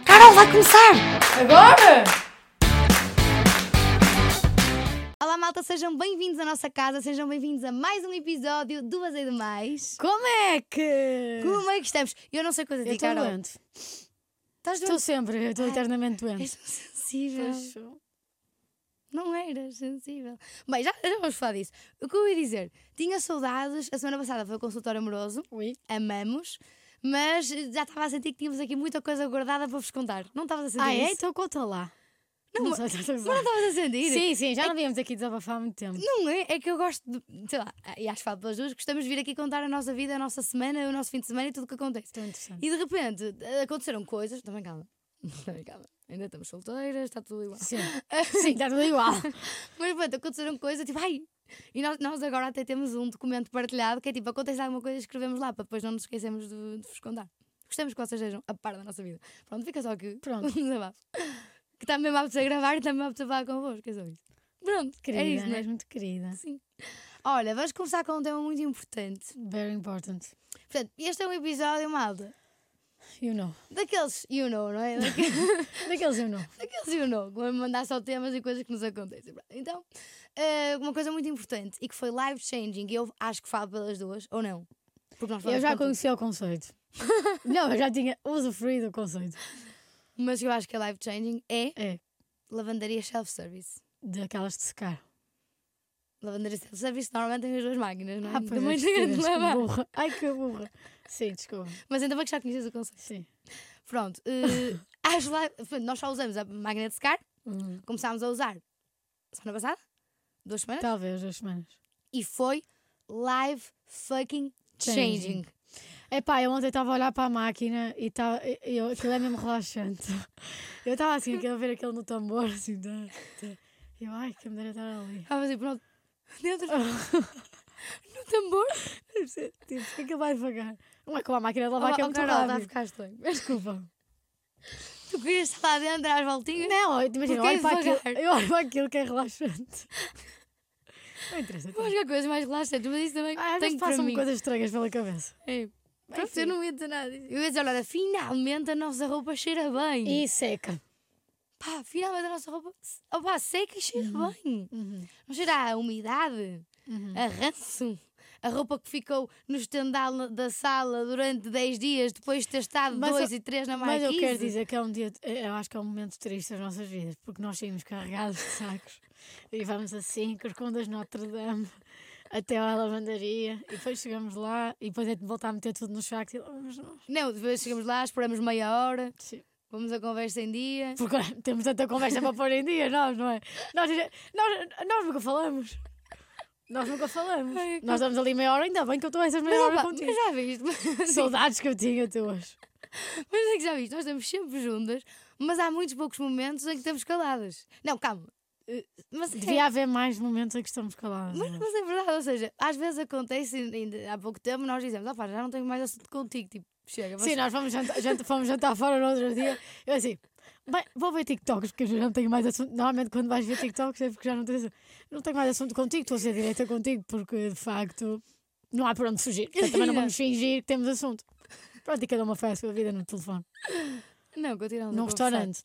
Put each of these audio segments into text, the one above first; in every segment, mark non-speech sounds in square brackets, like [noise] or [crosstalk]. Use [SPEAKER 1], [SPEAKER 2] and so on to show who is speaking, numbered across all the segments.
[SPEAKER 1] Então vai começar!
[SPEAKER 2] Agora?
[SPEAKER 1] Olá malta, sejam bem-vindos à nossa casa, sejam bem-vindos a mais um episódio do Azeio Demais.
[SPEAKER 2] Como é que.
[SPEAKER 1] Como é que estamos? Eu não sei coisa
[SPEAKER 2] Eu
[SPEAKER 1] de
[SPEAKER 2] estou
[SPEAKER 1] Carol.
[SPEAKER 2] doente.
[SPEAKER 1] Estás
[SPEAKER 2] Estou
[SPEAKER 1] doente?
[SPEAKER 2] sempre, eu estou
[SPEAKER 1] Ai.
[SPEAKER 2] eternamente
[SPEAKER 1] És
[SPEAKER 2] doente.
[SPEAKER 1] tão sensível.
[SPEAKER 2] Pois,
[SPEAKER 1] Não eras sensível. Bem, já, já vamos falar disso. O que eu ia dizer? Tinha saudades, a semana passada foi o consultório amoroso,
[SPEAKER 2] Ui.
[SPEAKER 1] amamos, mas já estava a sentir que tínhamos aqui muita coisa guardada para vos contar. Não estavas a sentir
[SPEAKER 2] Ah, é?
[SPEAKER 1] isso?
[SPEAKER 2] Então conta lá.
[SPEAKER 1] Não,
[SPEAKER 2] sei, [laughs] estás a
[SPEAKER 1] Mas não
[SPEAKER 2] gozar.
[SPEAKER 1] estavas a sentir?
[SPEAKER 2] Sim, sim, já não viemos aqui desabafar há muito tempo.
[SPEAKER 1] Não é? É que eu gosto de. Sei lá, e acho que falo pelas duas, gostamos de vir aqui contar a nossa vida, a nossa semana, o nosso fim de semana e tudo o que acontece.
[SPEAKER 2] Tão interessante.
[SPEAKER 1] E de repente eh, aconteceram coisas. Também [laughs] calma. Também calma. Ainda estamos solteiras, está tudo igual. [laughs]
[SPEAKER 2] Sim,
[SPEAKER 1] É
[SPEAKER 2] sim, está tudo igual.
[SPEAKER 1] Mas pronto, aconteceram coisas, tipo, ai. E nós, nós agora até temos um documento partilhado que é tipo, acontece alguma coisa, escrevemos lá para depois não nos esquecemos de, de vos contar. Gostamos que vocês sejam a par da nossa vida. Pronto, fica só aqui. [laughs]
[SPEAKER 2] Pronto.
[SPEAKER 1] um desabafo. Que está mesmo apto a gravar e está mesmo apto a falar convosco. É só isso. Pronto,
[SPEAKER 2] Querida, né?
[SPEAKER 1] é isso, não é?
[SPEAKER 2] és muito querida.
[SPEAKER 1] Sim. Olha, vamos começar com um tema muito importante.
[SPEAKER 2] Very important.
[SPEAKER 1] Portanto, este é um episódio, malta,
[SPEAKER 2] You know.
[SPEAKER 1] daqueles you know, não é?
[SPEAKER 2] [laughs]
[SPEAKER 1] Daque-
[SPEAKER 2] Daqueles eu não.
[SPEAKER 1] [laughs] Daqueles you know, que vão é mandar só temas e coisas que nos acontecem. Pronto, Então, eh, uma coisa muito importante e que foi life changing, e eu acho que falo pelas duas, ou não? Porque nós
[SPEAKER 2] Eu
[SPEAKER 1] falamos
[SPEAKER 2] já
[SPEAKER 1] com tudo.
[SPEAKER 2] conhecia
[SPEAKER 1] [laughs]
[SPEAKER 2] o conceito. Não, eu já tinha usufruído do conceito.
[SPEAKER 1] Mas eu acho que é life changing é
[SPEAKER 2] É,
[SPEAKER 1] lavandaria self-service.
[SPEAKER 2] daquelas de secar.
[SPEAKER 1] Lavandaria self-service normalmente tem as duas máquinas, não é?
[SPEAKER 2] Ah, pois,
[SPEAKER 1] Também
[SPEAKER 2] é,
[SPEAKER 1] tem a de
[SPEAKER 2] percebes, que
[SPEAKER 1] lavar.
[SPEAKER 2] burra. Ai, que burra. Sim, desculpa.
[SPEAKER 1] Mas ainda bem que já conheces o conceito.
[SPEAKER 2] Sim.
[SPEAKER 1] Pronto, eh, acho life- portanto, nós só usamos a máquina de secar começámos a usar semana passada, duas semanas,
[SPEAKER 2] Talvez duas semanas.
[SPEAKER 1] e foi live fucking changing.
[SPEAKER 2] Changing. Epá, eu ontem estava a olhar para a máquina e estava. Eu, aquilo é mesmo relaxante. [laughs] Eu estava assim, aquilo a ver aquele no tambor, assim. tá, tá. Eu, ai, que maneira estar ali.
[SPEAKER 1] Estava assim, pronto, dentro [laughs] do tambor.
[SPEAKER 2] Tipo, porque aquilo vai devagar. Não é como a máquina de
[SPEAKER 1] Oh,
[SPEAKER 2] lavar, que é
[SPEAKER 1] oh,
[SPEAKER 2] muito
[SPEAKER 1] Carol, já
[SPEAKER 2] rápido.
[SPEAKER 1] ficaste bem.
[SPEAKER 2] Desculpa.
[SPEAKER 1] Tu querias estar lá dentro às voltinhas?
[SPEAKER 2] Não, eu- imagina, eu
[SPEAKER 1] Porque é
[SPEAKER 2] olho, para aquilo,
[SPEAKER 1] devagar.
[SPEAKER 2] eu olho para aquilo que é relaxante. Não interessa.
[SPEAKER 1] Vou
[SPEAKER 2] tá.
[SPEAKER 1] jogar coisas mais relaxantes, mas isso também
[SPEAKER 2] Ah, às
[SPEAKER 1] tem
[SPEAKER 2] vezes
[SPEAKER 1] que para mim.
[SPEAKER 2] passam-me coisas Então, estranhas pela cabeça.
[SPEAKER 1] É. Pronto,
[SPEAKER 2] enfim.
[SPEAKER 1] eu não ia dizer nada disso. Eu ia dizer, olha, finalmente a nossa roupa cheira bem.
[SPEAKER 2] E seca.
[SPEAKER 1] Pá, finalmente a nossa roupa opa, seca e cheira
[SPEAKER 2] Uhum.
[SPEAKER 1] bem. Não cheira a umidade, a ranço, a roupa que ficou no estendal na- da sala durante 10 dias, depois de ter estado
[SPEAKER 2] Mas
[SPEAKER 1] 2
[SPEAKER 2] eu-
[SPEAKER 1] e 3 na
[SPEAKER 2] Mas
[SPEAKER 1] marquise.
[SPEAKER 2] eu quero dizer que é um dia, eu acho que é um momento triste das nossas vidas, porque nós saímos carregados de sacos e vamos assim, corcundas Notre Dame, até à lavandaria, e depois chegamos lá e depois é de voltar a meter tudo nos sacos e lá vamos nós.
[SPEAKER 1] Não, depois chegamos lá, esperamos meia hora,
[SPEAKER 2] Sim.
[SPEAKER 1] vamos a conversa em dia.
[SPEAKER 2] Porque temos tanta conversa para pôr em dia, nós, não é? Nós, nós, nós nunca falamos. Nós nunca falamos.
[SPEAKER 1] Ai, que-
[SPEAKER 2] nós damos ali meia hora, ainda bem que eu estou a essas meia
[SPEAKER 1] Mas,
[SPEAKER 2] hora
[SPEAKER 1] opa,
[SPEAKER 2] contigo.
[SPEAKER 1] mas já viste, [laughs] mas,
[SPEAKER 2] Saudades que eu tinha tuas.
[SPEAKER 1] mas é que já viste, nós estamos sempre juntas, mas há muitos poucos momentos em que estamos caladas. Não, calma. eh, Mas é- [laughs]
[SPEAKER 2] Devia haver mais momentos em que estamos calados.
[SPEAKER 1] Mas,
[SPEAKER 2] não é?
[SPEAKER 1] mas é verdade, ou seja, às vezes acontece, e ainda há pouco tempo nós dizemos, ah pá, já não tenho mais assunto contigo, tipo, chega, vamos
[SPEAKER 2] Sim, nós fomos jantar, janta- fomos jantar fora no outro dia. Eu assim, bem, vou ver TikToks porque eu já não tenho mais assunto. Normalmente quando vais ver TikToks é porque já não tens. Não tenho mais assunto contigo, estou a ser direta contigo porque de facto não há para onde fugir. Portanto, também
[SPEAKER 1] [laughs]
[SPEAKER 2] não vamos fingir que temos assunto. Pronto, e cada uma faz a sua vida no telefone.
[SPEAKER 1] não, continuamos.
[SPEAKER 2] Num
[SPEAKER 1] a conversar.
[SPEAKER 2] restaurante.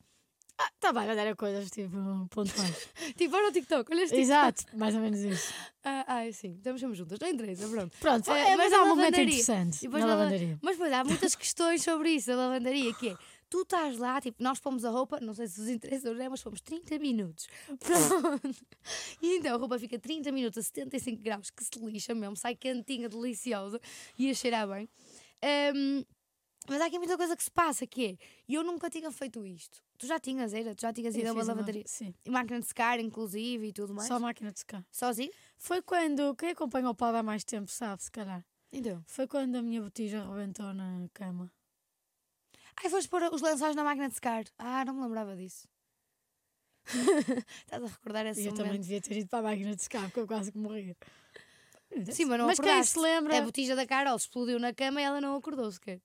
[SPEAKER 2] Ah, tá bem, olhar a coisas tipo ponto mais.
[SPEAKER 1] [laughs] Tipo, olha o TikTok, olha este TikTok.
[SPEAKER 2] Exato, mais ou menos isso.
[SPEAKER 1] Ah, ah, sim, estamos sempre juntas, não interessa, pronto.
[SPEAKER 2] Pronto,
[SPEAKER 1] É,
[SPEAKER 2] é,
[SPEAKER 1] mas
[SPEAKER 2] mas
[SPEAKER 1] a
[SPEAKER 2] há um momento
[SPEAKER 1] lavandaria. E
[SPEAKER 2] interessante
[SPEAKER 1] depois
[SPEAKER 2] na
[SPEAKER 1] na la-
[SPEAKER 2] lavandaria.
[SPEAKER 1] Mas pois há
[SPEAKER 2] [laughs]
[SPEAKER 1] muitas questões sobre isso, da lavandaria, que é, tu estás lá, tipo, nós fomos a roupa, não sei se os interessa ou não, mas fomos 30 minutos.
[SPEAKER 2] [laughs]
[SPEAKER 1] Pronto. E então a roupa fica 30 minutos a 75 graus, que se lixa mesmo, sai cantinha, deliciosa, e a cheirar bem. Ahm, mas há aqui muita coisa que se passa, que é, eu nunca tinha feito isto. Tu já tinhas, era? Tu já tinhas ido a
[SPEAKER 2] Eu
[SPEAKER 1] uma
[SPEAKER 2] fiz uma-
[SPEAKER 1] lavandaria.
[SPEAKER 2] Sim,
[SPEAKER 1] E máquina de secar, inclusive, e tudo mais.
[SPEAKER 2] só a máquina de secar.
[SPEAKER 1] Sozinho?
[SPEAKER 2] Foi quando. Quem acompanha o Paulo há mais tempo sabe, se calhar.
[SPEAKER 1] Então.
[SPEAKER 2] Foi quando a minha botija arrebentou na cama.
[SPEAKER 1] Ai, foste pôr os lençóis na máquina de secar. Ah, não me lembrava
[SPEAKER 2] [laughs]
[SPEAKER 1] disso. Estás a recordar esse
[SPEAKER 2] E eu
[SPEAKER 1] momento.
[SPEAKER 2] também devia ter ido para a máquina de secar, porque eu quase que morria.
[SPEAKER 1] Sim, mas não
[SPEAKER 2] quem
[SPEAKER 1] acordaste. É
[SPEAKER 2] se lembra.
[SPEAKER 1] A botija da Carol explodiu na cama e ela não acordou sequer.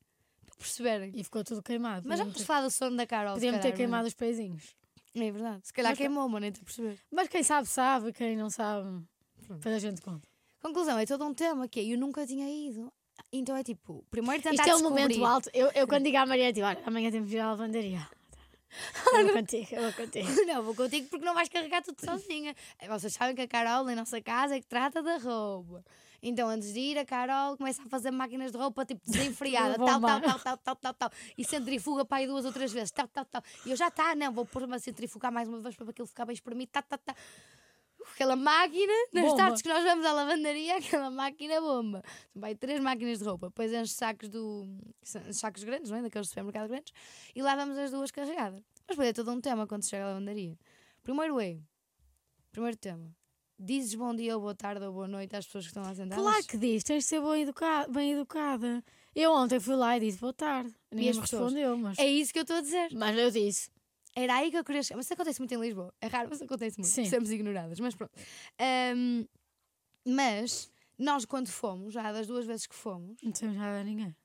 [SPEAKER 1] Para perceberem.
[SPEAKER 2] E ficou tudo queimado.
[SPEAKER 1] Mas já
[SPEAKER 2] podíamos
[SPEAKER 1] vamos
[SPEAKER 2] ter-
[SPEAKER 1] falar do sono da Carol. se
[SPEAKER 2] podíamos ter
[SPEAKER 1] calhar, é?
[SPEAKER 2] queimado os pezinhos.
[SPEAKER 1] mas- É verdade. Se calhar
[SPEAKER 2] Mas-
[SPEAKER 1] queimou, mas nem te perceber.
[SPEAKER 2] Mas quem sabe, sabe. Quem não sabe,
[SPEAKER 1] Pronto.
[SPEAKER 2] depois a gente conta.
[SPEAKER 1] Conclusão, é todo um tema que é, eu nunca tinha ido. Então é tipo, primeiro tentar
[SPEAKER 2] Isto é um
[SPEAKER 1] descobrir. [laughs]
[SPEAKER 2] tipo, momento alto. Eu, eu quando digo à Maria, digo, olha, amanhã temos de ir à lavandaria. Eu vou contigo, eu vou contigo.
[SPEAKER 1] Não, vou contigo porque não vais carregar tudo sozinha. Eh, Vocês sabem que a Carol em nossa casa é que trata da roupa. Então, antes de ir, a Carol começa a fazer máquinas de roupa tipo desenfreada,
[SPEAKER 2] Vou
[SPEAKER 1] tal, tal,
[SPEAKER 2] amar.
[SPEAKER 1] tal, tal, tal, tal, tal. E centrifuga para aí duas ou três vezes, tal, tal, tal. E eu já está, não, vou pôr-me a centrifugar mais uma vez para aquilo ficar bem espremido, tá, tal, tal, tal. Aquela máquina, nas
[SPEAKER 2] Bomba.
[SPEAKER 1] tardes que nós vamos à lavandaria, [laughs] aquela máquina bomba. Vai três máquinas de roupa, depois enche sacos do. sacos grandes, não é? Daqueles do supermercado grandes, e lá vamos as duas carregadas. Mas foi é todo um tema quando se chega à lavandaria. Primeiro é. Primeiro tema. Dizes bom dia ou boa tarde ou boa noite às pessoas que estão lá sentadas?
[SPEAKER 2] Claro que diz, tens de ser boa educa- bem educada. Eu ontem fui lá e disse boa tarde. Ninguém
[SPEAKER 1] as
[SPEAKER 2] me
[SPEAKER 1] pessoas?
[SPEAKER 2] respondeu, mas,
[SPEAKER 1] É isso que eu estou a dizer.
[SPEAKER 2] mas eu disse.
[SPEAKER 1] Era aí que eu queria chegar. Mas isso acontece muito em Lisboa. É raro, mas acontece muito.
[SPEAKER 2] Sim.
[SPEAKER 1] Somos ignoradas, mas pronto. Ahm, mas nós, quando fomos, já das duas vezes que fomos,
[SPEAKER 2] Não dissemos nada a ninguém.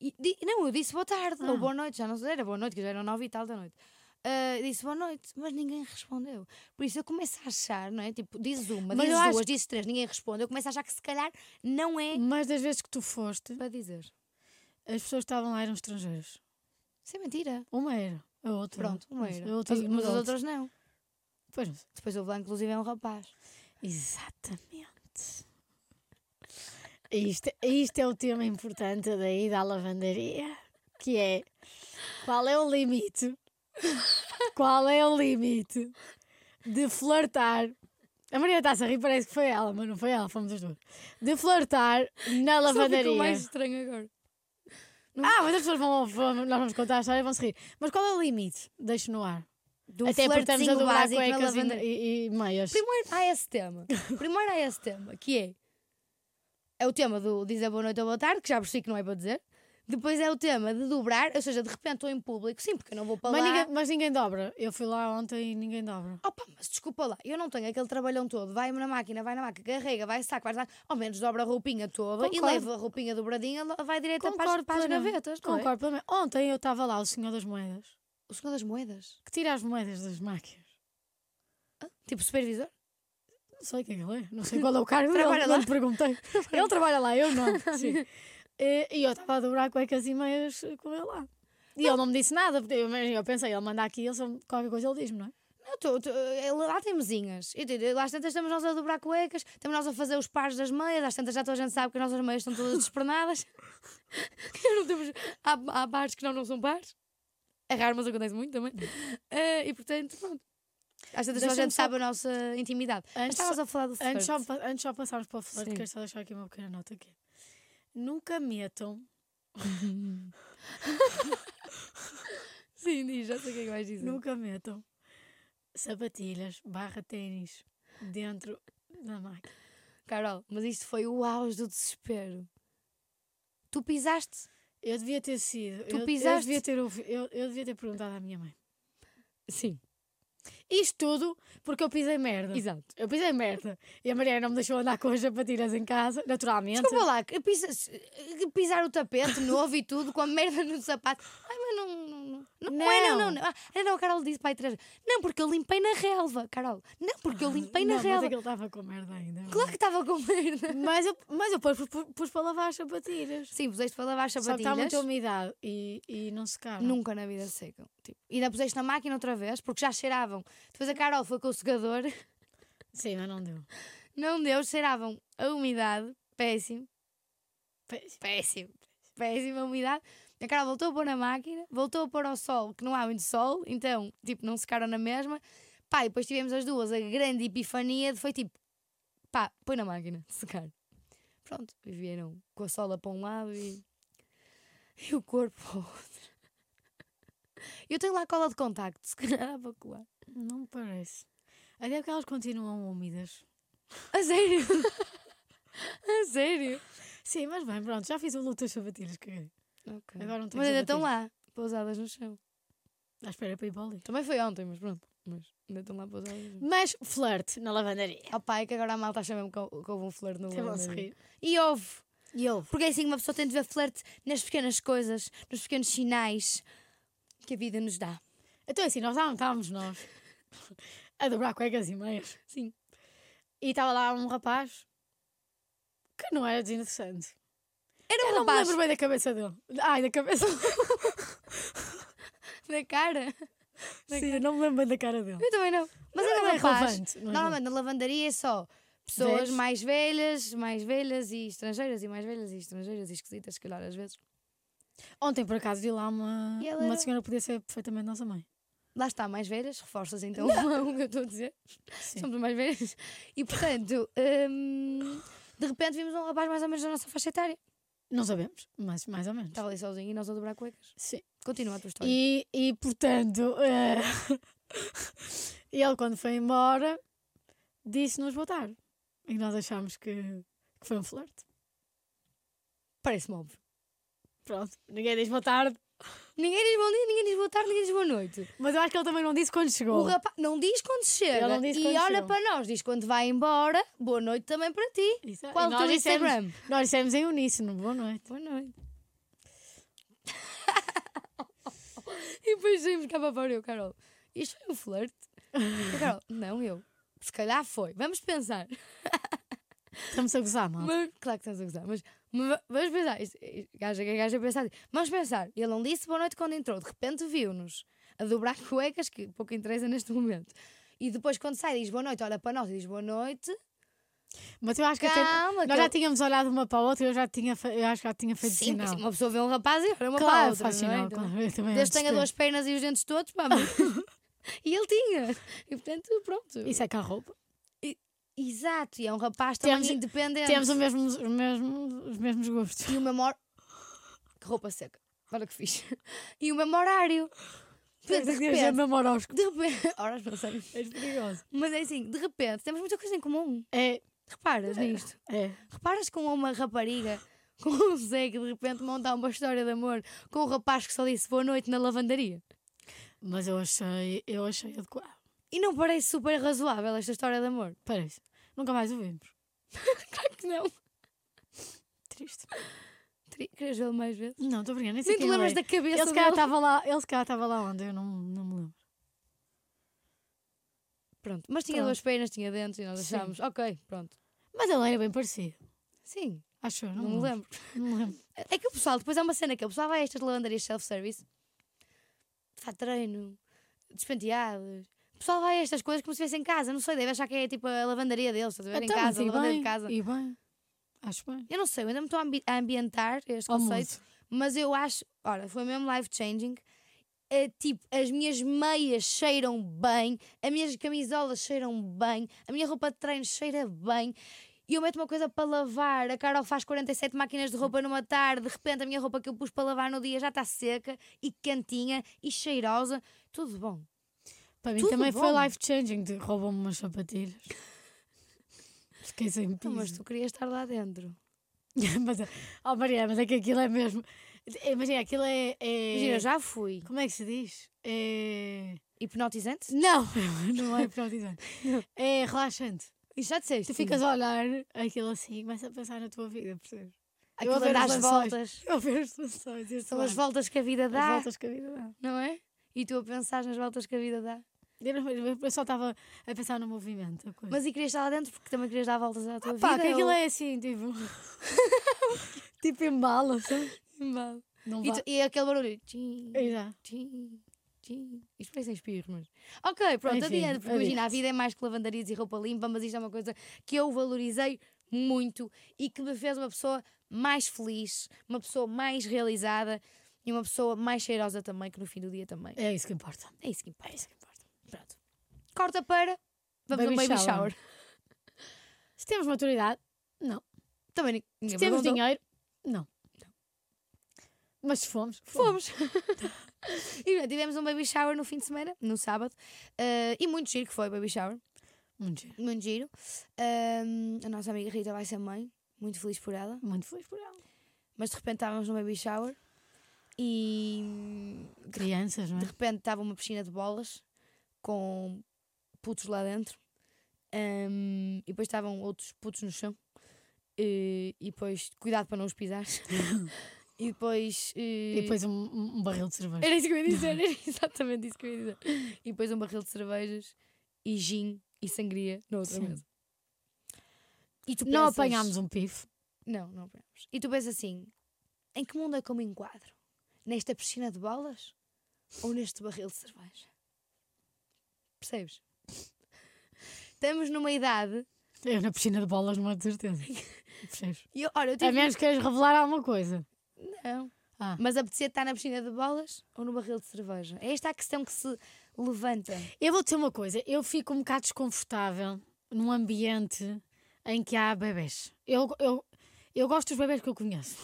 [SPEAKER 1] e di- não, eu disse boa tarde
[SPEAKER 2] Ah.
[SPEAKER 1] ou boa noite, já não sei, era boa noite, que já eram nove e tal da noite. Ah, disse boa noite, mas ninguém respondeu. Por isso eu começo a achar, não é? Tipo, dizes uma,
[SPEAKER 2] Mas eu
[SPEAKER 1] dizes
[SPEAKER 2] acho
[SPEAKER 1] duas, dizes três, ninguém responde. Eu começo a achar que se calhar não é
[SPEAKER 2] Mas das vezes que tu foste,
[SPEAKER 1] para dizer.
[SPEAKER 2] as pessoas que estavam lá eram estrangeiros.
[SPEAKER 1] Isso é mentira.
[SPEAKER 2] Uma era, a outra.
[SPEAKER 1] Pronto, uma
[SPEAKER 2] Mas
[SPEAKER 1] era.
[SPEAKER 2] a outra-
[SPEAKER 1] Mas, mas
[SPEAKER 2] mas a
[SPEAKER 1] as
[SPEAKER 2] outra-
[SPEAKER 1] outras não.
[SPEAKER 2] Pois não.
[SPEAKER 1] Depois houve lá, inclusive, um rapaz.
[SPEAKER 2] Exatamente. Isto, isto é o tema importante daí da lavandaria, que é qual é o limite? Qual é o limite de flertar? A Maria está a rir, parece que foi ela, mas não foi ela, fomos as duas. De flertar na lavandaria.
[SPEAKER 1] estranho agora.
[SPEAKER 2] Ah, mas as pessoas vão, vão- nós vamos contar a história e vão se rir. Mas qual é o limite? Deixo no ar.
[SPEAKER 1] Do
[SPEAKER 2] Até porque estamos a
[SPEAKER 1] flertezinho
[SPEAKER 2] dobrar
[SPEAKER 1] um básico na
[SPEAKER 2] cuecas e,
[SPEAKER 1] lavandaria.
[SPEAKER 2] e, e meias.
[SPEAKER 1] Primeiro há ah, esse
[SPEAKER 2] [laughs]
[SPEAKER 1] tema. Primeiro há esse tema, que é. É o tema do dizer boa noite ou boa tarde, que já percebi que não é para dizer. Depois é o tema de dobrar, ou seja, de repente estou em público, sim, porque eu não vou para
[SPEAKER 2] Mas
[SPEAKER 1] lá.
[SPEAKER 2] ninguém, mas ninguém dobra. Eu fui lá ontem e ninguém dobra.
[SPEAKER 1] Opa, mas desculpa lá, eu não tenho aquele trabalhão todo. Vai na máquina, vai na máquina, carrega, vai saco, vai saco. Ao menos dobra a roupinha toda e
[SPEAKER 2] Concordo.
[SPEAKER 1] leva a roupinha dobradinha, lo- vai direto para as, para as
[SPEAKER 2] plenamente.
[SPEAKER 1] gavetas. não é?
[SPEAKER 2] Concordo plenamente. Ontem eu estava lá, o senhor das moedas,
[SPEAKER 1] O senhor das moedas.
[SPEAKER 2] que tira as moedas das máquinas.
[SPEAKER 1] Tipo supervisor.
[SPEAKER 2] Não sei o que é que ele é, não
[SPEAKER 1] [laughs]
[SPEAKER 2] sei qual é o cargo dele,
[SPEAKER 1] Trabalha
[SPEAKER 2] não
[SPEAKER 1] lá.
[SPEAKER 2] lhe perguntei. ele trabalha lá, eu
[SPEAKER 1] [laughs]
[SPEAKER 2] não. Sim. Eh, E eu estava a dobrar cuecas e meias com ele lá. E ele não me disse nada, porque eu, eu pensei, ele manda aqui, ele só, qualquer coisa ele diz-me, não é?
[SPEAKER 1] Eu tô- tô- eh, lá tem mesinhas. Eu digo, Lá às tantas estamos nós a dobrar cuecas, estamos nós a fazer os pares das meias, às tantas já toda a gente sabe que as nossas meias estão todas [laughs] despernadas. Que não temos- há, há pares que não, não são pares. É raro, mas acontece muito também. Eh, e portanto, pronto. Às tantas toda a
[SPEAKER 2] Deixa-me
[SPEAKER 1] gente
[SPEAKER 2] só-
[SPEAKER 1] sabe a nossa intimidade. Mas
[SPEAKER 2] Antes, só-
[SPEAKER 1] estávamos a falar do
[SPEAKER 2] antes, só,
[SPEAKER 1] flerte.
[SPEAKER 2] pa- antes só passarmos para o flerte,
[SPEAKER 1] Sim.
[SPEAKER 2] quero só deixar aqui uma pequena nota aqui. Nunca
[SPEAKER 1] Hum.
[SPEAKER 2] metam,
[SPEAKER 1] Sim, diz, já sei o que é que vais dizer.
[SPEAKER 2] nunca metam sapatilhas barra ténis dentro da máquina.
[SPEAKER 1] Carol, mas isto foi o auge do desespero. Tu pisaste
[SPEAKER 2] Eu devia ter sido.
[SPEAKER 1] Tu
[SPEAKER 2] eu,
[SPEAKER 1] pisaste?
[SPEAKER 2] Eu devia, ter, ouvi- eu, eu devia ter perguntado à minha mãe.
[SPEAKER 1] Sim.
[SPEAKER 2] Isto tudo porque eu pisei merda.
[SPEAKER 1] Exato.
[SPEAKER 2] Eu pisei merda. E a Maria não me deixou andar com as sapatilhas em casa, naturalmente.
[SPEAKER 1] Desculpa lá, que pisa- que pisar o tapete [laughs] novo e tudo, com a merda no sapato. Ai, mas não. Não, não, não, não é, não, não. não. Ah, ah, não, a Carol disse para aí três. vezes. Não, porque eu limpei na relva, Carol. Não, porque eu limpei na
[SPEAKER 2] Ah, não, mas
[SPEAKER 1] relva.
[SPEAKER 2] aquilo estava com merda ainda.
[SPEAKER 1] Claro que estava com merda.
[SPEAKER 2] Mas eu, mas eu pus, pus- pus para lavar as sapatilhas.
[SPEAKER 1] Sim, puseste para lavar as
[SPEAKER 2] Só que tá está
[SPEAKER 1] sapatilhas.
[SPEAKER 2] muita umidade e, e não secaram.
[SPEAKER 1] Nunca na vida secam. Tipo, ainda puseste na máquina outra vez, porque já cheiravam. Depois a Carol foi com o secador.
[SPEAKER 2] Sim, mas não deu.
[SPEAKER 1] [laughs] Não deu, cheiravam a umidade. Péssimo.
[SPEAKER 2] Pois,
[SPEAKER 1] péssimo, péssima umidade. A Carol voltou a pôr na máquina, voltou a pôr ao sol, que não há muito sol, então, tipo, não secaram na mesma. Pá, e depois tivemos as duas, a grande epifania de foi tipo, pá, põe na máquina, [laughs] de secar. Pronto, e vieram com a sola para um lado e, e o corpo para o outro. [laughs] Eu tenho lá cola de contacto, se calhar [laughs] dá para colar.
[SPEAKER 2] Não me parece. Até porque elas continuam úmidas.
[SPEAKER 1] A sério? [laughs] a sério?
[SPEAKER 2] Sim, mas bem, pronto, já fiz o luto das sapatilhas, caguei.
[SPEAKER 1] Ok.
[SPEAKER 2] Agora não tenho
[SPEAKER 1] Hum. Mas é ainda estão
[SPEAKER 2] sapatilhas.
[SPEAKER 1] lá, pousadas no chão.
[SPEAKER 2] À espera para ir para ali.
[SPEAKER 1] Também foi ontem, mas pronto. Mas ainda estão lá pousadas. no chão.
[SPEAKER 2] Mas flerte na lavandaria.
[SPEAKER 1] Oh pá, é que agora a malta acha mesmo que hou- que houve um flerte no
[SPEAKER 2] Até vão se
[SPEAKER 1] lavandaria.
[SPEAKER 2] rir.
[SPEAKER 1] E houve.
[SPEAKER 2] E eu?
[SPEAKER 1] Porque é assim que uma pessoa tem de ver flerte nas pequenas coisas, nos pequenos sinais que a vida nos dá.
[SPEAKER 2] Então assim, nós lá estávamos nós a dobrar cuecas e meias.
[SPEAKER 1] Sim.
[SPEAKER 2] E estava lá um rapaz que não era desinteressante.
[SPEAKER 1] Era
[SPEAKER 2] Eu
[SPEAKER 1] um
[SPEAKER 2] não me
[SPEAKER 1] rapaz
[SPEAKER 2] lembro bem da cabeça dele. Ai, da cabeça.
[SPEAKER 1] da cara. da
[SPEAKER 2] Sim,
[SPEAKER 1] cara.
[SPEAKER 2] eu não me lembro bem da cara dele.
[SPEAKER 1] Eu também não. Mas
[SPEAKER 2] Não,
[SPEAKER 1] era
[SPEAKER 2] não é
[SPEAKER 1] bem faz.
[SPEAKER 2] relevante, não é
[SPEAKER 1] Normalmente na lavandaria é só pessoas
[SPEAKER 2] Velhos.
[SPEAKER 1] mais velhas, mais velhas e estrangeiras, e mais velhas e estrangeiras e esquisitas, se calhar às vezes.
[SPEAKER 2] Ontem, por acaso, vi lá uma,
[SPEAKER 1] E ela
[SPEAKER 2] uma
[SPEAKER 1] era-
[SPEAKER 2] senhora que podia ser perfeitamente nossa mãe.
[SPEAKER 1] Lá está, mais velhas, reforças então [laughs] o que eu estou a dizer.
[SPEAKER 2] Sim.
[SPEAKER 1] Somos mais velhas. E portanto, hum, de repente vimos um rapaz mais ou menos da nossa faixa etária.
[SPEAKER 2] Não sabemos, mas mais ou menos.
[SPEAKER 1] Estava ali sozinho e nós a dobrar cuecas.
[SPEAKER 2] Sim.
[SPEAKER 1] Continua a tua história.
[SPEAKER 2] E, e portanto, eh, [laughs] e ele quando foi embora disse-nos boa tarde. E nós achámos que, que foi um flerte.
[SPEAKER 1] Parece-me óbvio.
[SPEAKER 2] Pronto, ninguém diz boa tarde.
[SPEAKER 1] Ninguém diz bom dia, ninguém diz boa tarde, ninguém diz boa noite.
[SPEAKER 2] Mas eu acho que ele também não disse quando chegou.
[SPEAKER 1] O rapaz não diz quando chega
[SPEAKER 2] Ele não disse
[SPEAKER 1] e
[SPEAKER 2] quando
[SPEAKER 1] olha
[SPEAKER 2] chegou.
[SPEAKER 1] para nós, diz quando vai embora, boa noite também para ti.
[SPEAKER 2] Isso é-
[SPEAKER 1] Qual
[SPEAKER 2] e
[SPEAKER 1] o teu
[SPEAKER 2] nós dissemos-
[SPEAKER 1] Instagram?
[SPEAKER 2] Nós dissemos em uníssono, boa noite.
[SPEAKER 1] Boa noite. [laughs] e depois vim buscar para fora e eu, Carol, isto foi um flerte? Eu, Carol, não, eu. Se calhar foi. Vamos pensar.
[SPEAKER 2] Estamos a gozar, mal.
[SPEAKER 1] Mas- claro que estamos a gozar, mas, mas va- vamos pensar. Isto- isto- Gaja, que gaja pensar. assim. Vamos pensar. Ele não disse boa noite quando entrou. De repente viu-nos a dobrar [laughs] cuecas, que pouco interessa neste momento. E depois, quando sai, diz boa noite, olha para nós e diz boa noite.
[SPEAKER 2] Mas eu acho que até-
[SPEAKER 1] Calma, que
[SPEAKER 2] nós já
[SPEAKER 1] eu-
[SPEAKER 2] tínhamos olhado uma para a outra e eu já tinha, fe- eu acho que já tinha feito
[SPEAKER 1] Sim,
[SPEAKER 2] sinal.
[SPEAKER 1] porque uma pessoa vê um rapaz e olha uma para a
[SPEAKER 2] Claro,
[SPEAKER 1] outra.
[SPEAKER 2] faz
[SPEAKER 1] não é?
[SPEAKER 2] sinal,
[SPEAKER 1] Então,
[SPEAKER 2] claro. Eu
[SPEAKER 1] Desde
[SPEAKER 2] também
[SPEAKER 1] que
[SPEAKER 2] antes
[SPEAKER 1] tenha
[SPEAKER 2] de-
[SPEAKER 1] duas pernas e os dentes todos, vamos. [laughs] e ele tinha. E portanto, pronto.
[SPEAKER 2] Isso é com a roupa.
[SPEAKER 1] Exato, e é um rapaz também
[SPEAKER 2] Temos-
[SPEAKER 1] independente.
[SPEAKER 2] Temos um- o mesmo, o mesmo- os mesmos gostos.
[SPEAKER 1] E o mesmo hor- Que roupa seca. Olha que fixe. [laughs] E o mesmo horário. De
[SPEAKER 2] [laughs]
[SPEAKER 1] de
[SPEAKER 2] é
[SPEAKER 1] repente.
[SPEAKER 2] mesmo horóscopo.
[SPEAKER 1] De repente. [laughs] Horas não sei.
[SPEAKER 2] És perigoso.
[SPEAKER 1] Mas é assim, de repente, temos muita coisa em comum.
[SPEAKER 2] É,
[SPEAKER 1] Reparas nisto?
[SPEAKER 2] é.
[SPEAKER 1] Reparas com uma rapariga, [laughs] com um Zé que de repente montar uma história de amor com um rapaz que só disse boa noite na lavandaria.
[SPEAKER 2] Mas eu achei, eu achei adequado.
[SPEAKER 1] E não parece super razoável esta história de
[SPEAKER 2] [laughs]
[SPEAKER 1] amor?
[SPEAKER 2] Parece. Nunca mais o vimos.
[SPEAKER 1] Claro que não.
[SPEAKER 2] Triste.
[SPEAKER 1] Tri- Queres vê-lo mais vezes?
[SPEAKER 2] Não, estou brincando. Nem sei
[SPEAKER 1] Nem te
[SPEAKER 2] quem ele
[SPEAKER 1] lembras
[SPEAKER 2] é.
[SPEAKER 1] da
[SPEAKER 2] Ele
[SPEAKER 1] cabeça
[SPEAKER 2] se calhar
[SPEAKER 1] dele.
[SPEAKER 2] estava lá, ele se calhar estava lá onde eu não, não me lembro.
[SPEAKER 1] Pronto, mas tinha
[SPEAKER 2] Pronto.
[SPEAKER 1] duas pernas, tinha dentes e nós
[SPEAKER 2] Sim.
[SPEAKER 1] achámos, ok, pronto.
[SPEAKER 2] Mas ele era bem parecido.
[SPEAKER 1] Sim,
[SPEAKER 2] Acho eu,
[SPEAKER 1] não,
[SPEAKER 2] não,
[SPEAKER 1] me lembro.
[SPEAKER 2] Não me lembro.
[SPEAKER 1] É que o pessoal, depois há uma cena que é, o pessoal vai a estas lavanderias self-service, faz treino, despenteados. O pessoal vai a estas coisas como se estivesse em casa, não sei, deve achar que é tipo a lavandaria deles, estás a ver? em
[SPEAKER 2] Então, mas
[SPEAKER 1] casa, a
[SPEAKER 2] e
[SPEAKER 1] lavanderia
[SPEAKER 2] bem,
[SPEAKER 1] de casa.
[SPEAKER 2] E bem. Acho bem.
[SPEAKER 1] Eu não sei, eu ainda me estou a ambi- a ambientar este
[SPEAKER 2] Ao
[SPEAKER 1] conceito, mas eu acho, ora, foi mesmo life changing. Eh, tipo, as minhas meias cheiram bem, as minhas camisolas cheiram bem, a minha roupa de treino cheira bem. E eu meto uma coisa para lavar, a Carol faz 47 máquinas de roupa numa tarde, de repente a minha roupa que eu pus para lavar no dia já está seca e cantinha e cheirosa, tudo bom.
[SPEAKER 2] Para mim
[SPEAKER 1] Tudo
[SPEAKER 2] também
[SPEAKER 1] bom.
[SPEAKER 2] foi life changing. de- Roubou-me
[SPEAKER 1] [laughs]
[SPEAKER 2] umas sapatilhas. Fiquei sem
[SPEAKER 1] Não,
[SPEAKER 2] piso.
[SPEAKER 1] Então, mas tu querias estar lá dentro.
[SPEAKER 2] [laughs] mas, oh Maria, mas é que aquilo é mesmo. é, Maria, aquilo é. é-
[SPEAKER 1] Imagina, eu já fui.
[SPEAKER 2] Como é que se diz? É.
[SPEAKER 1] Hipnotizante?
[SPEAKER 2] Não, [laughs] não é
[SPEAKER 1] [laughs]
[SPEAKER 2] hipnotizante. é relaxante.
[SPEAKER 1] Isso já disseste.
[SPEAKER 2] Tu ficas a olhar aquilo assim e começas a pensar na tua vida, percebes? [laughs]
[SPEAKER 1] Aquilo
[SPEAKER 2] a ver
[SPEAKER 1] anda
[SPEAKER 2] as
[SPEAKER 1] às
[SPEAKER 2] lançóis.
[SPEAKER 1] voltas.
[SPEAKER 2] Eu vejo as pessoas e
[SPEAKER 1] São as voltas que a vida dá,
[SPEAKER 2] voltas que a vida dá.
[SPEAKER 1] não é? E tu a pensar nas voltas que a vida dá.
[SPEAKER 2] Eu, não- eu só estava a pensar no movimento. A coisa.
[SPEAKER 1] Mas e querias estar lá dentro porque também querias dar voltas à tua
[SPEAKER 2] pá,
[SPEAKER 1] vida.
[SPEAKER 2] que aquilo
[SPEAKER 1] ou-
[SPEAKER 2] é
[SPEAKER 1] [laughs]
[SPEAKER 2] assim, tipo. [laughs] tipo embala, sabes?
[SPEAKER 1] Embalo.
[SPEAKER 2] Não
[SPEAKER 1] E,
[SPEAKER 2] vá.
[SPEAKER 1] tu- e aquele barulho. Tchim,
[SPEAKER 2] E já.
[SPEAKER 1] tchim, tchim. Isto parece espirro, mas. Ok, pronto,
[SPEAKER 2] Enfim,
[SPEAKER 1] adiante. Porque
[SPEAKER 2] adiante.
[SPEAKER 1] imagina, a vida é mais que lavandarias e roupa limpa, mas isto é uma coisa que eu valorizei muito e que me fez uma pessoa mais feliz, uma pessoa mais realizada e uma pessoa mais cheirosa também, que no fim do dia também.
[SPEAKER 2] É isso que importa.
[SPEAKER 1] É isso que importa.
[SPEAKER 2] É isso que importa.
[SPEAKER 1] Pronto. Corta para. Vamos ao
[SPEAKER 2] Baby
[SPEAKER 1] baby
[SPEAKER 2] shower.
[SPEAKER 1] shower.
[SPEAKER 2] Se temos maturidade,
[SPEAKER 1] Também nin- ninguém
[SPEAKER 2] se temos
[SPEAKER 1] perguntou.
[SPEAKER 2] dinheiro, não. Mas se fomos,
[SPEAKER 1] Fomos. [laughs] e bem, tivemos um baby shower no fim de semana, no sábado. eh, e muito giro que foi o baby shower.
[SPEAKER 2] Muito giro.
[SPEAKER 1] Muito giro. Ahm, a nossa amiga Rita vai ser mãe. Muito feliz por ela.
[SPEAKER 2] Muito feliz por ela.
[SPEAKER 1] Mas de repente estávamos no baby shower. E
[SPEAKER 2] Crianças, não
[SPEAKER 1] de
[SPEAKER 2] é?
[SPEAKER 1] repente estava uma piscina de bolas. Com putos lá dentro. Ahm, e depois estavam outros putos no chão. Eh, e depois, cuidado para não os pisar. [laughs] e depois.
[SPEAKER 2] E
[SPEAKER 1] eh,
[SPEAKER 2] depois um, um barril de cerveja.
[SPEAKER 1] Era isso que eu ia dizer, era [laughs] exatamente isso que eu ia dizer. E depois um barril de cervejas e gin e sangria na outra
[SPEAKER 2] Sim.
[SPEAKER 1] mesa. E tu
[SPEAKER 2] Não
[SPEAKER 1] pensas-
[SPEAKER 2] apanhámos um pife.
[SPEAKER 1] Não, não apanhámos. E tu pensas assim: em que mundo é que eu me enquadro? Nesta piscina de bolas ou neste barril de cerveja? Percebes? Estamos numa idade.
[SPEAKER 2] Eu na piscina de bolas, não há
[SPEAKER 1] [laughs]
[SPEAKER 2] de certeza. Percebes?
[SPEAKER 1] E eu, olha, eu
[SPEAKER 2] A
[SPEAKER 1] tive.
[SPEAKER 2] menos que queiras revelar alguma coisa.
[SPEAKER 1] Não.
[SPEAKER 2] Ah.
[SPEAKER 1] Mas apetecia estar na piscina de bolas ou no barril de cerveja? É esta a questão que se levanta.
[SPEAKER 2] Eu vou dizer uma coisa, eu fico um bocado desconfortável num ambiente em que há bebés. Eu, eu, eu gosto dos bebés que eu conheço.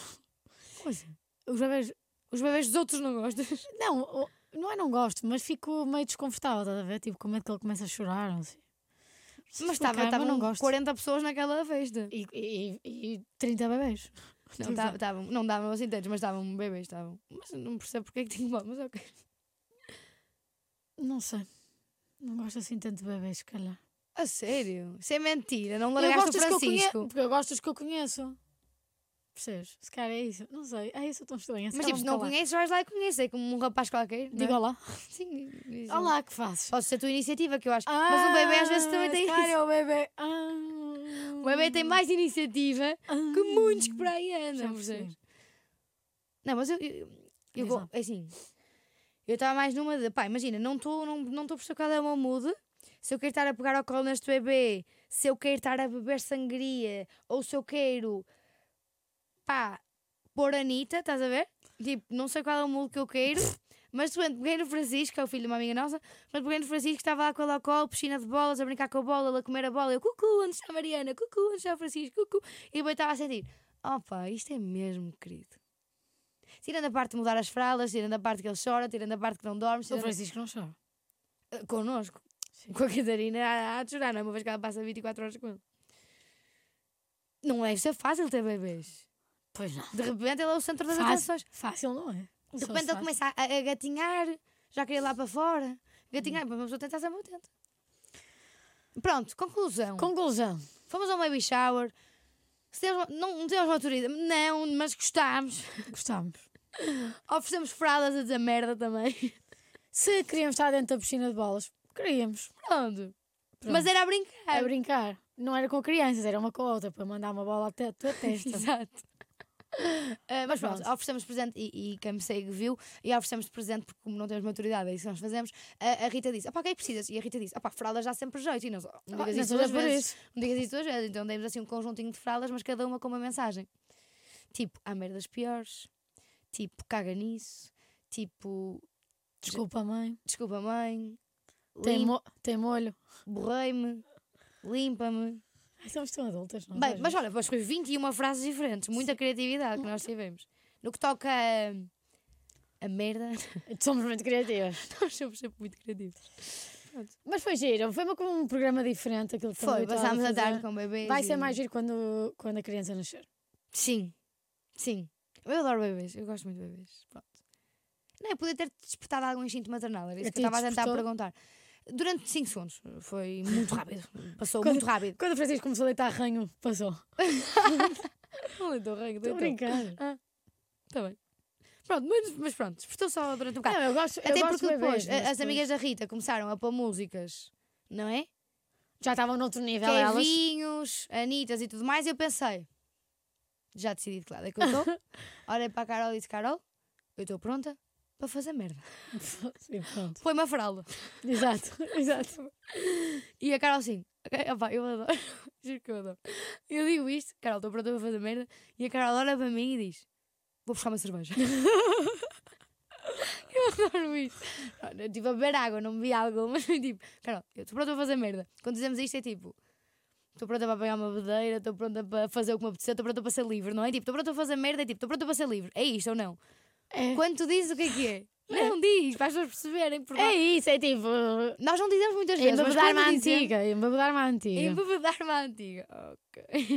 [SPEAKER 1] Coisa.
[SPEAKER 2] Os bebés.
[SPEAKER 1] Os bebés dos outros não gostas?
[SPEAKER 2] Não, o- não é não gosto, mas fico meio desconfortável, estás a ver? Tipo, com medo que ele comece a chorar, assim. não sei.
[SPEAKER 1] Mas estava,
[SPEAKER 2] Caramba,
[SPEAKER 1] estavam
[SPEAKER 2] não gosto.
[SPEAKER 1] 40 pessoas naquela festa.
[SPEAKER 2] E, e, e 30 bebés.
[SPEAKER 1] Não,
[SPEAKER 2] Tá-
[SPEAKER 1] tá- tavam, não davam assim tantos, mas estavam bebês, estavam. Mas eu não percebo porque é que tinha mal, mas ok.
[SPEAKER 2] Não sei. Não gosto assim tanto de bebés, se calhar.
[SPEAKER 1] A sério? Isso é mentira, não
[SPEAKER 2] eu
[SPEAKER 1] largaste
[SPEAKER 2] gosto
[SPEAKER 1] o
[SPEAKER 2] dos que eu conheço.
[SPEAKER 1] Francisco.
[SPEAKER 2] Porque eu gosto dos que eu conheço. Percebes? Se calhar é isso. Não sei. Ah, eu sou tão estranha.
[SPEAKER 1] Mas tipo, se não
[SPEAKER 2] conheço.
[SPEAKER 1] conheces, vais lá e conheces, é como um rapaz qualquer. não é?
[SPEAKER 2] Digo olá.
[SPEAKER 1] Sim, diz-
[SPEAKER 2] Olá, que fazes?
[SPEAKER 1] Pode ser a tua iniciativa, que eu acho. mas um bebê às vezes também
[SPEAKER 2] Ah,
[SPEAKER 1] tem
[SPEAKER 2] se calhar
[SPEAKER 1] isso.
[SPEAKER 2] é o bebê. Ah.
[SPEAKER 1] [laughs] O bebê tem mais iniciativa
[SPEAKER 2] Ah.
[SPEAKER 1] que muitos que por aí
[SPEAKER 2] Já
[SPEAKER 1] andam. percebes?
[SPEAKER 2] percebi.
[SPEAKER 1] Não, mas eu. eu, eu
[SPEAKER 2] Diz
[SPEAKER 1] go-
[SPEAKER 2] lá.
[SPEAKER 1] é assim. Eu estava mais numa de. Pá, imagina, não estou não, não tô a perceber qual é o meu mood. Se eu quero estar a pegar ao colo neste bebê, se eu quero estar a beber sangria, ou se eu quero. pá, pôr a Anitta, estás a ver? Tipo, não sei qual é o mood que eu quero. Mas pronto, peguei no Francisco, que é o filho de uma amiga nossa, mas peguei no Francisco, estava lá com ele ao colo, piscina de bolas, a brincar com a bola, ele a comer a bola, eu cucu, onde está a Mariana, cucu, onde está o Francisco, cucu. E depois estava a sentir, opa, isto é mesmo querido. Tirando a parte de mudar as fraldas, tirando a parte que ele chora, tirando a parte que não dorme,
[SPEAKER 2] O
[SPEAKER 1] tirando...
[SPEAKER 2] Francisco não chora.
[SPEAKER 1] Eh, connosco.
[SPEAKER 2] Sim.
[SPEAKER 1] Com a Catarina há há de chorar, não é? Uma vez que ela passa 24 horas com ele. Não deve ser fácil ter bebês.
[SPEAKER 2] Pois não.
[SPEAKER 1] De repente ele é o centro das
[SPEAKER 2] Fácil,
[SPEAKER 1] atenções.
[SPEAKER 2] fácil não é?
[SPEAKER 1] De
[SPEAKER 2] Só se
[SPEAKER 1] repente ele
[SPEAKER 2] faz.
[SPEAKER 1] começa a, a gatinhar, já queria ir lá para fora.
[SPEAKER 2] Hum.
[SPEAKER 1] Gatinhar, mas uma pessoa tenta ser muito atenta. Pronto, conclusão.
[SPEAKER 2] Conclusão.
[SPEAKER 1] Fomos ao baby shower. Se temos- não, não temos maturidade, não, mas gostámos.
[SPEAKER 2] Gostámos.
[SPEAKER 1] Oferecemos fraldas a dizer merda também. [laughs]
[SPEAKER 2] Se queríamos estar dentro da piscina de bolas, queríamos.
[SPEAKER 1] Pronto.
[SPEAKER 2] Pronto.
[SPEAKER 1] Mas era a brincar.
[SPEAKER 2] A brincar. Não era com crianças, era uma com a outra, para mandar uma bola até a tua testa.
[SPEAKER 1] [laughs] Exato. Ah, mas pronto,
[SPEAKER 2] Pronto.
[SPEAKER 1] oferecemos presente e, e quem me segue viu, e oferecemos presente porque, como não temos maturidade, é isso que nós fazemos. A, a Rita disse: opá, o que é que precisas? E a Rita disse: opá, fraldas dá sempre jeito. E nós, oh, não digas
[SPEAKER 2] Ah, não
[SPEAKER 1] isso
[SPEAKER 2] seja
[SPEAKER 1] duas
[SPEAKER 2] por
[SPEAKER 1] vezes.
[SPEAKER 2] isso.
[SPEAKER 1] Não digas isso duas vezes. Então demos assim um conjuntinho de fraldas, mas cada uma com uma mensagem. Tipo, há merdas piores. Tipo, caga nisso. Tipo,
[SPEAKER 2] Desculpa, mãe.
[SPEAKER 1] desculpa, mãe.
[SPEAKER 2] Tem,
[SPEAKER 1] lim-
[SPEAKER 2] mo tem molho.
[SPEAKER 1] Borrei-me. Limpa-me.
[SPEAKER 2] Ai, somos tão adultas, não
[SPEAKER 1] Bem,
[SPEAKER 2] às
[SPEAKER 1] mas
[SPEAKER 2] vezes.
[SPEAKER 1] olha, mas foi 21 frases diferentes. Muita criatividade que nós tivemos. No que toca a, a merda, [laughs]
[SPEAKER 2] Somos muito criativas.
[SPEAKER 1] nós somos sempre muito criativos.
[SPEAKER 2] Mas foi giro, foi uma, um programa diferente aquilo que estamos
[SPEAKER 1] Foi,
[SPEAKER 2] habituados
[SPEAKER 1] passámos a
[SPEAKER 2] fazer.
[SPEAKER 1] tarde com bebês.
[SPEAKER 2] Vai
[SPEAKER 1] e-
[SPEAKER 2] ser mais giro quando, quando a criança nascer.
[SPEAKER 1] Sim, sim. Eu adoro bebês, eu gosto muito de bebês. Pronto. Não, eu podia ter despertado algum instinto maternal, era isso
[SPEAKER 2] A
[SPEAKER 1] que eu
[SPEAKER 2] ti
[SPEAKER 1] estava a tentar
[SPEAKER 2] despertou?
[SPEAKER 1] perguntar. Durante 5 segundos,
[SPEAKER 2] [laughs]
[SPEAKER 1] foi muito rápido. Passou
[SPEAKER 2] Quando-
[SPEAKER 1] muito
[SPEAKER 2] [laughs]
[SPEAKER 1] rápido.
[SPEAKER 2] Quando o Francisco começou a deitar ranho, passou.
[SPEAKER 1] Não lhe dou rango,
[SPEAKER 2] Estou a brincar.
[SPEAKER 1] Ah. Está Tá bem. Pronto, mas, mas pronto, despertou só durante um bocado.
[SPEAKER 2] Não, eu gosto, eu
[SPEAKER 1] Até
[SPEAKER 2] gosto
[SPEAKER 1] porque
[SPEAKER 2] de bebês,
[SPEAKER 1] depois
[SPEAKER 2] mas
[SPEAKER 1] a- as amigas da Rita começaram a pôr músicas, não é?
[SPEAKER 2] já estavam noutro nível. Elas. [laughs]
[SPEAKER 1] Kevinhos, Anitas e tudo mais, e eu pensei, já decidi de que lado é que eu
[SPEAKER 2] [laughs]
[SPEAKER 1] estou. Olhei para a Carol e disse: Carol, eu estou pronta para fazer
[SPEAKER 2] [laughs]
[SPEAKER 1] merda.
[SPEAKER 2] Sim, pronto.
[SPEAKER 1] Foi uma fralda.
[SPEAKER 2] Exato, [laughs] exato.
[SPEAKER 1] E a Carol assim, "Ok, opá, eu adoro, [laughs] juro que eu adoro. Eu digo isto, Carol, estou pronta para fazer merda, e a Carol olha para mim e diz: Vou buscar uma cerveja. [laughs] eu adoro isto. Não, eu estive a beber água, não bebi álcool, [laughs] mas foi tipo, Carol, eu estou pronta para fazer merda. Quando dizemos isto é tipo. Estou pronta para pegar uma bedeira, estou pronta para fazer o que me apetecer, estou pronta para ser livre, não é? Tipo, estou pronta para fazer merda, é tipo, estou pronta para ser livre. É isto ou não?
[SPEAKER 2] É,
[SPEAKER 1] Quando tu dizes o que é que é? Não diz, para as pessoas perceberem. Porque
[SPEAKER 2] é isso, é tipo.
[SPEAKER 1] Nós não dizemos muitas vezes, mas
[SPEAKER 2] Embebedar-me à
[SPEAKER 1] quando dizemos-
[SPEAKER 2] antiga. Embebedar-me à antiga.
[SPEAKER 1] Embebedar-me à antiga. Ok.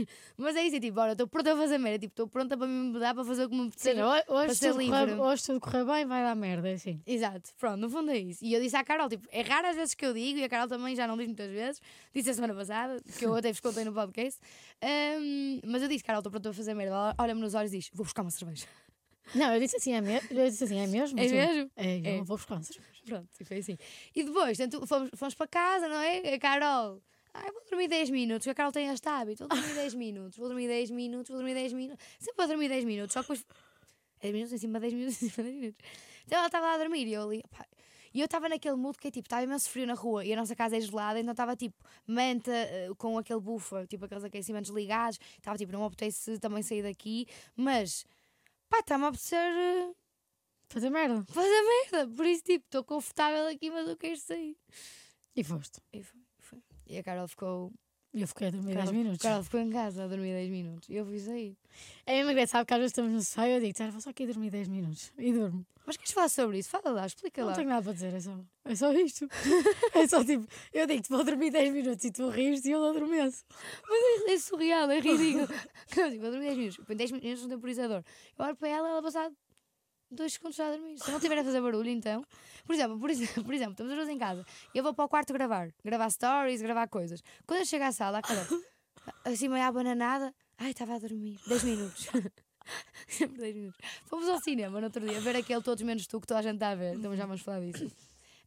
[SPEAKER 1] [laughs] Mas é isso, é tipo, olha, estou pronta a fazer merda. Tipo, estou pronta para me embebedar, para fazer o que me
[SPEAKER 2] Sim,
[SPEAKER 1] apetecer.
[SPEAKER 2] hoje,
[SPEAKER 1] para
[SPEAKER 2] hoje, se
[SPEAKER 1] ser
[SPEAKER 2] tudo correr,
[SPEAKER 1] livre.
[SPEAKER 2] hoje se tudo correr bem, vai dar merda, assim.
[SPEAKER 1] Exato, pronto, no fundo é isso. E eu disse à Carol, tipo, é raro as vezes que eu digo, e a Carol também já não diz muitas vezes, disse a semana passada, que eu até vos contei no podcast. [laughs] Ahm, mas eu disse, Carol, estou pronta a fazer merda. Ela olha-me nos olhos e diz, vou buscar uma cerveja.
[SPEAKER 2] Não, eu disse assim, é, me... eu disse assim, é mesmo?
[SPEAKER 1] É
[SPEAKER 2] Tu?
[SPEAKER 1] mesmo?
[SPEAKER 2] É, eu
[SPEAKER 1] É.
[SPEAKER 2] vou buscar um cerveja.
[SPEAKER 1] [laughs] Pronto, e foi assim. E depois, tanto, fomos, fomos para casa, não é? A Carol. Ai, vou dormir 10 minutos, que a Carol tem este hábito. Vou dormir 10 minutos, vou dormir 10 minutos, vou dormir 10 minutos. Sempre vou dormir 10 minutos, só que depois. 10 minutos em cima, 10 minutos em cima, 10 minutos. Então ela estava lá a dormir e eu ali. opá, E eu estava naquele mood que é tipo, estava imenso frio na rua e a nossa casa é gelada, então estava tipo, manta eh, com aquele bufa, tipo aqueles aquecimentos ligados, estava tipo, não me apetece também sair daqui, mas pá, está-me a apetecer eh,
[SPEAKER 2] Fazer merda.
[SPEAKER 1] fazer merda, por isso tipo, estou confortável aqui, mas eu quero sair.
[SPEAKER 2] E foste.
[SPEAKER 1] E foi, foi. E a Carol ficou.
[SPEAKER 2] E eu fiquei a dormir 10
[SPEAKER 1] Carol,
[SPEAKER 2] minutos.
[SPEAKER 1] Carol ficou em casa a dormir 10 minutos. E eu fui sair.
[SPEAKER 2] É mesmo engraçado que às vezes estamos no sofá e eu digo, "Tara, vou só aqui dormir 10 minutos. E durmo.
[SPEAKER 1] Mas queres falar sobre isso? Fala lá, explica
[SPEAKER 2] Não
[SPEAKER 1] lá.
[SPEAKER 2] tenho nada para dizer, é só, é só isto. [laughs] é só tipo, eu digo-te, vou dormir 10 minutos e tu rires e eu adormeço.
[SPEAKER 1] É surreal, é ridículo. [laughs] Não, tipo, eu dormi 10 minutos. Põe 10 minutos no temporizador. Eu olho para ela, ela passado 2 segundos está a dormir. Se não estiver a fazer barulho, então. Por exemplo, por exemplo, [laughs] por exemplo, estamos as duas em casa. Eu vou para o quarto gravar. Gravar stories, gravar coisas. Quando eu chego à sala, acaba. Assim, meio abananada. Ai, estava a dormir. 10 minutos. [laughs] Sempre 10 minutos. Fomos ao cinema no outro dia, ver aquele Todos Menos Tu que toda a gente está a ver. Então já vamos falar disso.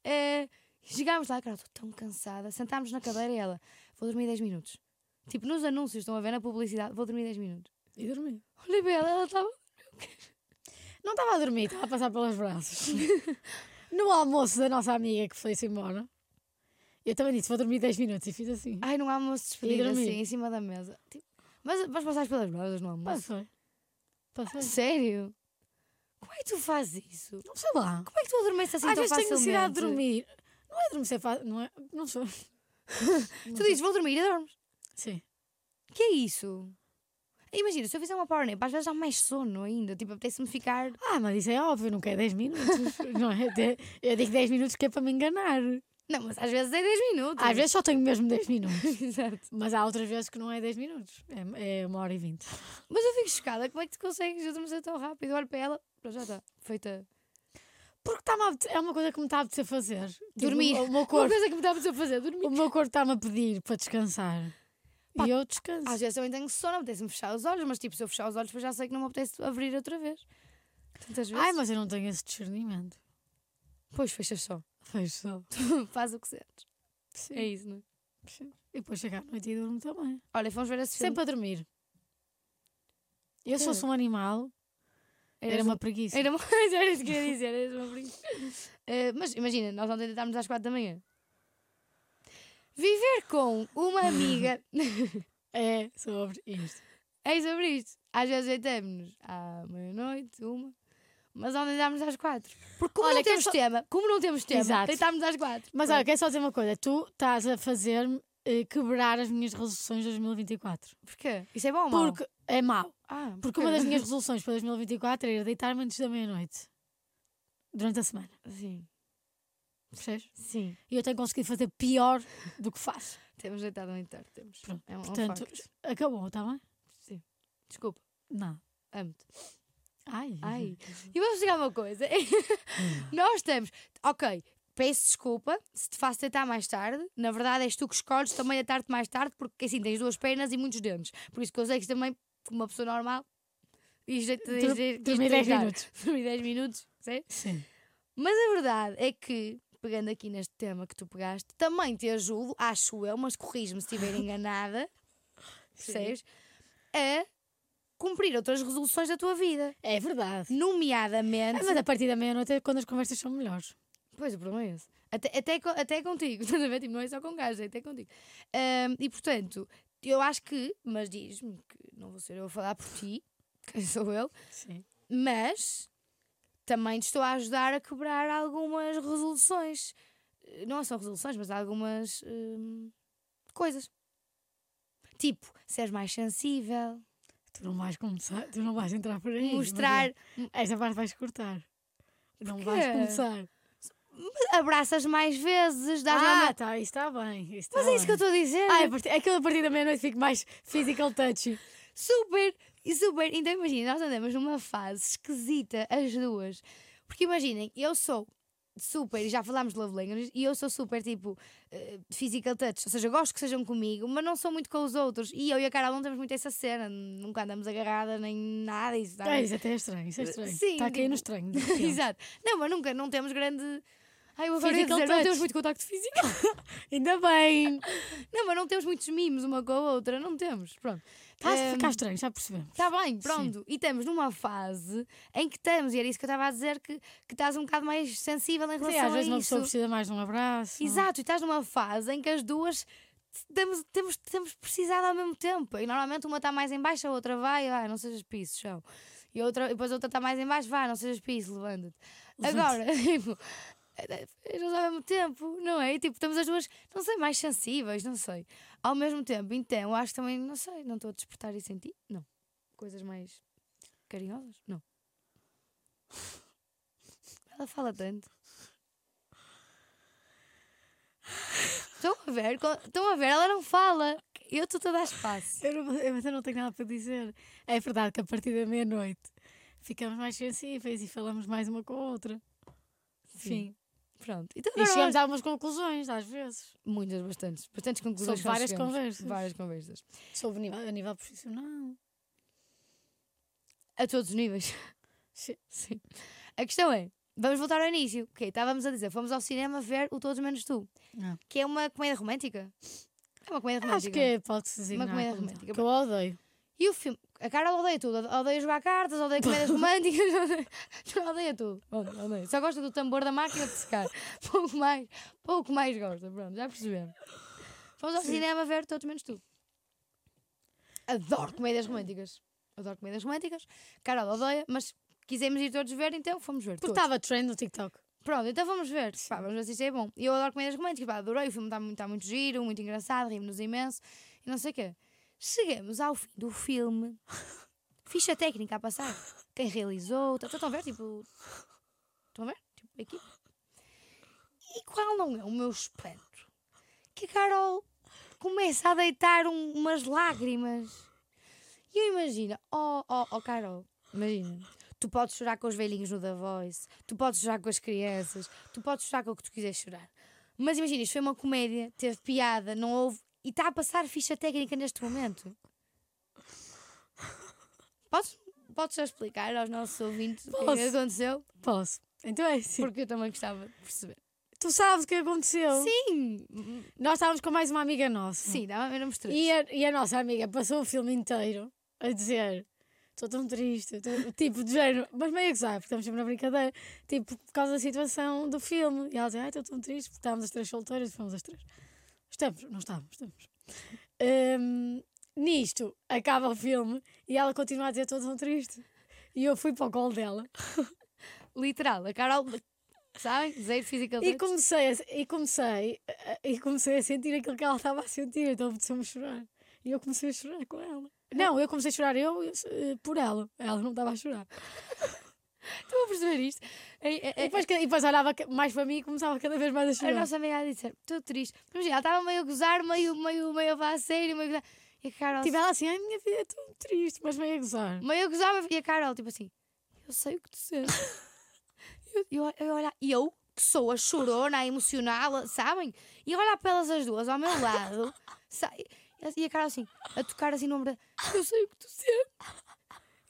[SPEAKER 1] Eh, chegámos lá, cara, estou tão cansada. Sentámos na cadeira e ela, vou dormir 10 minutos. Tipo, nos anúncios estão a ver na publicidade, vou dormir 10 minutos.
[SPEAKER 2] E dormi.
[SPEAKER 1] Olha para ela, ela estava.
[SPEAKER 2] Não estava a dormir, estava a passar pelas braças. [laughs] no almoço da nossa amiga que foi-se embora, eu também disse, vou dormir 10 minutos e fiz assim.
[SPEAKER 1] Ai, não há almoço despedido
[SPEAKER 2] E dormi.
[SPEAKER 1] assim, em cima da mesa. Tipo, mas, mas passaste pelas brasas no almoço.
[SPEAKER 2] Passei. Passei.
[SPEAKER 1] Sério? Como é que tu fazes isso?
[SPEAKER 2] Não sei lá.
[SPEAKER 1] Como é que tu adormeces assim
[SPEAKER 2] às
[SPEAKER 1] tão
[SPEAKER 2] vezes tenho
[SPEAKER 1] facilmente?
[SPEAKER 2] necessidade de dormir. Não é adormecer fácil, não é? Não sou.
[SPEAKER 1] Tu dizes, vou dormir e dormes.
[SPEAKER 2] Sim.
[SPEAKER 1] Que é isso? Imagina, se eu fizer uma power nap, às vezes há mais sono ainda. Tipo, apetece-me ficar.
[SPEAKER 2] Ah, mas isso é óbvio, nunca é 10 minutos. [laughs] não é? De- Eu digo 10 minutos que é para me enganar.
[SPEAKER 1] Não, mas às vezes é 10 minutos.
[SPEAKER 2] Às vezes só tenho mesmo 10 minutos.
[SPEAKER 1] [laughs] Exato.
[SPEAKER 2] Mas há outras vezes que não é 10 minutos, é, é uma hora e 20.
[SPEAKER 1] Mas eu fico chocada. Como é que tu consegues adormecer tão rápido? Eu olho para ela, pronto, já está. Feita.
[SPEAKER 2] Porque tá é uma coisa que me está a apetecer fazer. Tipo,
[SPEAKER 1] Dormir.
[SPEAKER 2] O meu
[SPEAKER 1] Uma
[SPEAKER 2] corpo
[SPEAKER 1] coisa que me estava a fazer, dormir.
[SPEAKER 2] o meu corpo está-me a pedir para descansar.
[SPEAKER 1] Pá,
[SPEAKER 2] e eu descanso.
[SPEAKER 1] Às vezes também tenho sono, apetece-me fechar os olhos, mas tipo, se eu fechar os olhos, depois já sei que não me apetece abrir outra vez. Tantas vezes.
[SPEAKER 2] Ai, mas eu não tenho esse discernimento.
[SPEAKER 1] Pois, fechas só.
[SPEAKER 2] Vejo só.
[SPEAKER 1] [laughs] Faz o que sentes.
[SPEAKER 2] Sim.
[SPEAKER 1] É isso, não é?
[SPEAKER 2] sim. E depois chego à noite e durmo também.
[SPEAKER 1] Olha, fomos ver esse filme.
[SPEAKER 2] Sempre a dormir. Eu se
[SPEAKER 1] Ok.
[SPEAKER 2] fosse um animal, era
[SPEAKER 1] Eras [laughs]
[SPEAKER 2] uma
[SPEAKER 1] um-
[SPEAKER 2] preguiça.
[SPEAKER 1] Era uma. Era isso que eu ia dizer, era uma preguiça. [laughs] Eh, mas imagina, nós ontem deitámos às quatro da manhã. Viver com uma [laughs] amiga.
[SPEAKER 2] É sobre isto.
[SPEAKER 1] é sobre isto. Às vezes deitamos-nos à meia-noite, uma. Mas ontem deitámos às quatro. Porque como
[SPEAKER 2] Olha,
[SPEAKER 1] não
[SPEAKER 2] quero
[SPEAKER 1] temos
[SPEAKER 2] só-
[SPEAKER 1] tema, como não temos tema,
[SPEAKER 2] Exato.
[SPEAKER 1] deitámos às quatro.
[SPEAKER 2] Mas
[SPEAKER 1] Pronto.
[SPEAKER 2] olha, quero só dizer uma coisa. Tu estás a fazer-me eh, quebrar as minhas resoluções de 2024.
[SPEAKER 1] Porquê? Isso é bom ou mau?
[SPEAKER 2] Porque é mau.
[SPEAKER 1] Ah,
[SPEAKER 2] Porque uma das
[SPEAKER 1] [laughs]
[SPEAKER 2] minhas resoluções para 2024 era deitar-me antes da meia-noite. Durante a semana.
[SPEAKER 1] Sim,
[SPEAKER 2] Percebes?
[SPEAKER 1] sim.
[SPEAKER 2] E eu tenho conseguido fazer pior do que faço.
[SPEAKER 1] Temos deitado muito tarde, temos.
[SPEAKER 2] Pronto,
[SPEAKER 1] É um, é um
[SPEAKER 2] Portanto,
[SPEAKER 1] facto.
[SPEAKER 2] acabou, está bem?
[SPEAKER 1] Sim. Desculpa,
[SPEAKER 2] Não.
[SPEAKER 1] amo-te.
[SPEAKER 2] Ai.
[SPEAKER 1] Ai.
[SPEAKER 2] uhum.
[SPEAKER 1] E vamos chegar a uma coisa. [laughs]
[SPEAKER 2] Hum.
[SPEAKER 1] Nós estamos. Ok, peço desculpa se te faço deitar mais tarde. Na verdade, és tu que escolhes também deitar-te mais tarde, porque assim tens duas pernas e muitos dentes. Por isso consegues também, como uma pessoa normal, é- diz- diz- diz- diz-
[SPEAKER 2] dormir 10
[SPEAKER 1] deitar.
[SPEAKER 2] minutos.
[SPEAKER 1] [laughs] Dormir 10 minutos, sei?
[SPEAKER 2] Sim.
[SPEAKER 1] Mas a verdade é que, pegando aqui neste tema que tu pegaste, também te ajudo, acho eu, mas corrijo-me se [laughs] estiver enganada,
[SPEAKER 2] Sim.
[SPEAKER 1] percebes? A cumprir outras resoluções da tua vida.
[SPEAKER 2] É verdade. Ah,
[SPEAKER 1] Nomeadamente.
[SPEAKER 2] Mas a partir da meia-noite é quando as conversas são melhores.
[SPEAKER 1] Ah, Pois, o problema é esse. Até, até, co- até contigo, [laughs] estás a ver? Tipo, não é só com gajos, é até contigo. Ahm, e portanto, eu acho que, mas diz-me que não vou ser eu a falar por ti, quem sou eu,
[SPEAKER 2] Sim.
[SPEAKER 1] mas também te estou a ajudar a quebrar algumas resoluções. Eh, Não são resoluções, mas algumas hum, coisas. Tipo, seres mais sensível,
[SPEAKER 2] Tu não vais começar, tu não vais entrar por aí.
[SPEAKER 1] mostrar,
[SPEAKER 2] mas Esta parte vais cortar. Não
[SPEAKER 1] Porquê?
[SPEAKER 2] vais começar.
[SPEAKER 1] abraças mais vezes, dás
[SPEAKER 2] ah,
[SPEAKER 1] mais uma...
[SPEAKER 2] tá, isso está bem. Isso tá
[SPEAKER 1] Mas é isso que eu
[SPEAKER 2] bem.
[SPEAKER 1] estou a dizer.
[SPEAKER 2] Ai, a partir, é que eu a partir da meia-noite fico mais physical touchy.
[SPEAKER 1] super, e super. Então imagina, nós andamos numa fase esquisita, as duas. Porque imaginem, eu sou super, e já falámos de love languages, e eu sou super tipo eh, physical touch, ou seja, gosto que sejam comigo, mas não sou muito com os outros. E eu e a Carol não temos muito essa cena, nunca andamos agarradas nem nada. Isso, tá? [laughs]
[SPEAKER 2] É, isso até é estranho, isso é estranho.
[SPEAKER 1] Sim,
[SPEAKER 2] Está a cair
[SPEAKER 1] tipo- [laughs]
[SPEAKER 2] no estranho. é de repente.
[SPEAKER 1] Exato. Não, mas nunca, não temos grande. Ai, eu agora ia
[SPEAKER 2] Physical
[SPEAKER 1] dizer, não
[SPEAKER 2] touch.
[SPEAKER 1] temos muito contacto físico.
[SPEAKER 2] [laughs] Ainda bem.
[SPEAKER 1] Não, mas não temos muitos mimos uma com Tá a outra, não temos. Pronto.
[SPEAKER 2] Estás a ficar estranho, já percebemos.
[SPEAKER 1] Está Tá bem, pronto. E estamos numa fase em que estamos, e era isso que eu estava a dizer, que, que estás um bocado mais sensível em relação
[SPEAKER 2] Sim, às
[SPEAKER 1] a
[SPEAKER 2] vezes uma
[SPEAKER 1] isso.
[SPEAKER 2] pessoa precisa mais de um abraço.
[SPEAKER 1] Exato, e estás numa fase em que as duas temos, temos, temos precisado ao mesmo tempo. E normalmente uma está mais em baixo, a outra vai, vai, não sejas piso, chão. E, a outra, e depois a outra está mais em baixo, vai, não sejas piso, levanta-te. Agora, tipo, [laughs] eles ao mesmo tempo, não é? E, tipo, estamos as duas, não sei, mais sensíveis, não sei. Ao mesmo tempo, então, acho que também, não sei, não estou a despertar isso em ti, não. Coisas mais carinhosas, não. [laughs] Ela fala tanto. Estão a ver? Qual- Estão a ver? Ela não fala. Eu estou toda a espaço.
[SPEAKER 2] Eu não, eu ainda não tenho nada para dizer. É verdade que a partir da meia-noite ficamos mais sensíveis e falamos mais uma com a outra. Enfim.
[SPEAKER 1] Pronto. Então,
[SPEAKER 2] E
[SPEAKER 1] agora
[SPEAKER 2] chegamos
[SPEAKER 1] vamos-
[SPEAKER 2] a algumas conclusões, às vezes.
[SPEAKER 1] Muitas, bastantes. Bastantes conclusões.
[SPEAKER 2] Sobre
[SPEAKER 1] que nós
[SPEAKER 2] várias
[SPEAKER 1] chegamos.
[SPEAKER 2] conversas.
[SPEAKER 1] Várias conversas.
[SPEAKER 2] Sobre nível, a nível profissional.
[SPEAKER 1] A todos os níveis. [laughs]
[SPEAKER 2] Sim.
[SPEAKER 1] Sim. A questão é, vamos voltar ao início. Ok, estávamos a dizer, fomos ao cinema ver o Todos Menos Tu.
[SPEAKER 2] Ah.
[SPEAKER 1] Que é uma comédia romântica. É uma comédia romântica.
[SPEAKER 2] Acho que pode-se
[SPEAKER 1] Uma comédia
[SPEAKER 2] designar. como tal,
[SPEAKER 1] romântica.
[SPEAKER 2] Que eu odeio.
[SPEAKER 1] E o filme... A Carol odeia tudo. Odeia jogar cartas, odeia comédias românticas. [laughs] odeia- odeia tudo. Pronto, odeia. Só gosta do tambor da máquina de secar. [laughs] Pouco mais, pouco mais gosta. Pronto, já percebemos. Fomos ao cinema ver Todos Menos Tu. Adoro comédias românticas. Adoro comédias românticas. Carol odeia, mas quisemos ir todos ver, então fomos ver
[SPEAKER 2] Porque
[SPEAKER 1] todos.
[SPEAKER 2] estava trend no TikTok.
[SPEAKER 1] Pronto, então vamos ver. Pá, vamos ver se isto é bom. E eu adoro comédias românticas. Pá, adorei. O filme está muito, tá muito giro, muito engraçado, rimos-nos imenso e não sei o quê. Chegamos ao fim do filme. [laughs] Ficha técnica a passar. Quem realizou. tá- Estão a ver? Tipo. Estão a ver? Tipo, aqui. E qual não é o meu espanto? Que a Carol começa a deitar um- umas lágrimas. E eu imagino, oh, oh, oh, Carol, imagina. Tu podes chorar com os velhinhos no The Voice, tu podes chorar com as crianças, tu podes chorar com o que tu quiseres chorar. Mas imagina, isto foi uma comédia, teve piada, não houve. E está a passar ficha técnica neste momento. Podes, podes só explicar aos nossos ouvintes o que é que
[SPEAKER 2] Posso.
[SPEAKER 1] aconteceu?
[SPEAKER 2] Posso. Então é assim.
[SPEAKER 1] Porque eu também gostava de perceber.
[SPEAKER 2] Tu sabes o que aconteceu.
[SPEAKER 1] Sim, hum,
[SPEAKER 2] Nós estávamos com mais uma amiga nossa.
[SPEAKER 1] sim, dá-me a ver, mostrei.
[SPEAKER 2] E a, e a nossa amiga passou o filme inteiro a dizer: Estou tão triste, tô- tipo, de género, mas meio que sabe, porque estamos sempre na brincadeira, tipo, por causa da situação do filme. E ela dizia: Ai, estou tão triste, porque estávamos as três solteiras e fomos as três. Estamos, não estávamos, estamos. Hum, nisto, acaba o filme e ela continua a dizer: Estou tão triste. E eu fui para o colo dela
[SPEAKER 1] Literal, a Carol, sabem? Zero physical touch.
[SPEAKER 2] e comecei, a, e, comecei, a- e comecei a sentir aquilo que ela estava a sentir, então começou-me a chorar. E eu comecei a chorar com ela. Não, eu comecei a chorar eu eh, por ela. Ela não estava a chorar.
[SPEAKER 1] Estão a perceber isto? É- é-
[SPEAKER 2] E depois, ca- e depois olhava ca- mais para mim e começava cada vez mais a
[SPEAKER 1] A
[SPEAKER 2] chorar.
[SPEAKER 1] nossa amiga a dizer, estou triste. Mas imagina, ela estava meio a gozar, meio, meio, meio a levar a sério, meio a gozar. E a Carol, assim,
[SPEAKER 2] Tipo, ela assim, ai minha vida é tão triste, mas meio a gozar.
[SPEAKER 1] meio a gozar, meio- e a Carol, tipo assim, eu sei o que tu sentes. [laughs] eu, eu, eu olhar, e eu, que sou a chorona, a emocional, sabem? E eu olhar para elas as duas ao meu lado, [laughs] sa- e a Carol assim, a tocar assim no ombro, dela, eu sei o que tu sentes.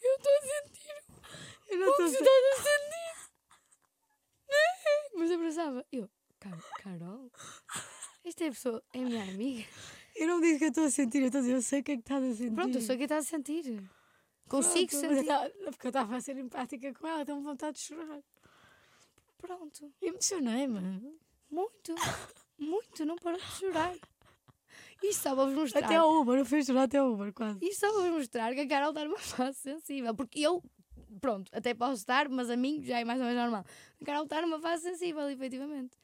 [SPEAKER 1] Eu estou a sentir
[SPEAKER 2] Eu
[SPEAKER 1] o
[SPEAKER 2] não
[SPEAKER 1] que tu
[SPEAKER 2] estou a
[SPEAKER 1] estás a sentir. Mas abraçava, eu, "Car- Carol, esta é a pessoa, é a minha amiga.
[SPEAKER 2] Eu não digo que eu estou a sentir, eu estou a dizer, eu sei o que é que estás a sentir.
[SPEAKER 1] Pronto, eu sei o que estás a sentir. Consigo
[SPEAKER 2] Pronto, mas
[SPEAKER 1] sentir.
[SPEAKER 2] ela- é Porque eu estava a ser empática com ela, tenho vontade de chorar.
[SPEAKER 1] Pronto.
[SPEAKER 2] Emocionei-me.
[SPEAKER 1] Muito. Muito. Não parou de chorar. Isto só para vos mostrar.
[SPEAKER 2] Até o Uber, eu fui chorar até o Uber, quase.
[SPEAKER 1] Isto só para vos mostrar que a Carol está numa [laughs] fase sensível. Porque eu, pronto, até posso estar, mas a mim já é mais ou menos normal. A Carol está numa fase sensível, efetivamente.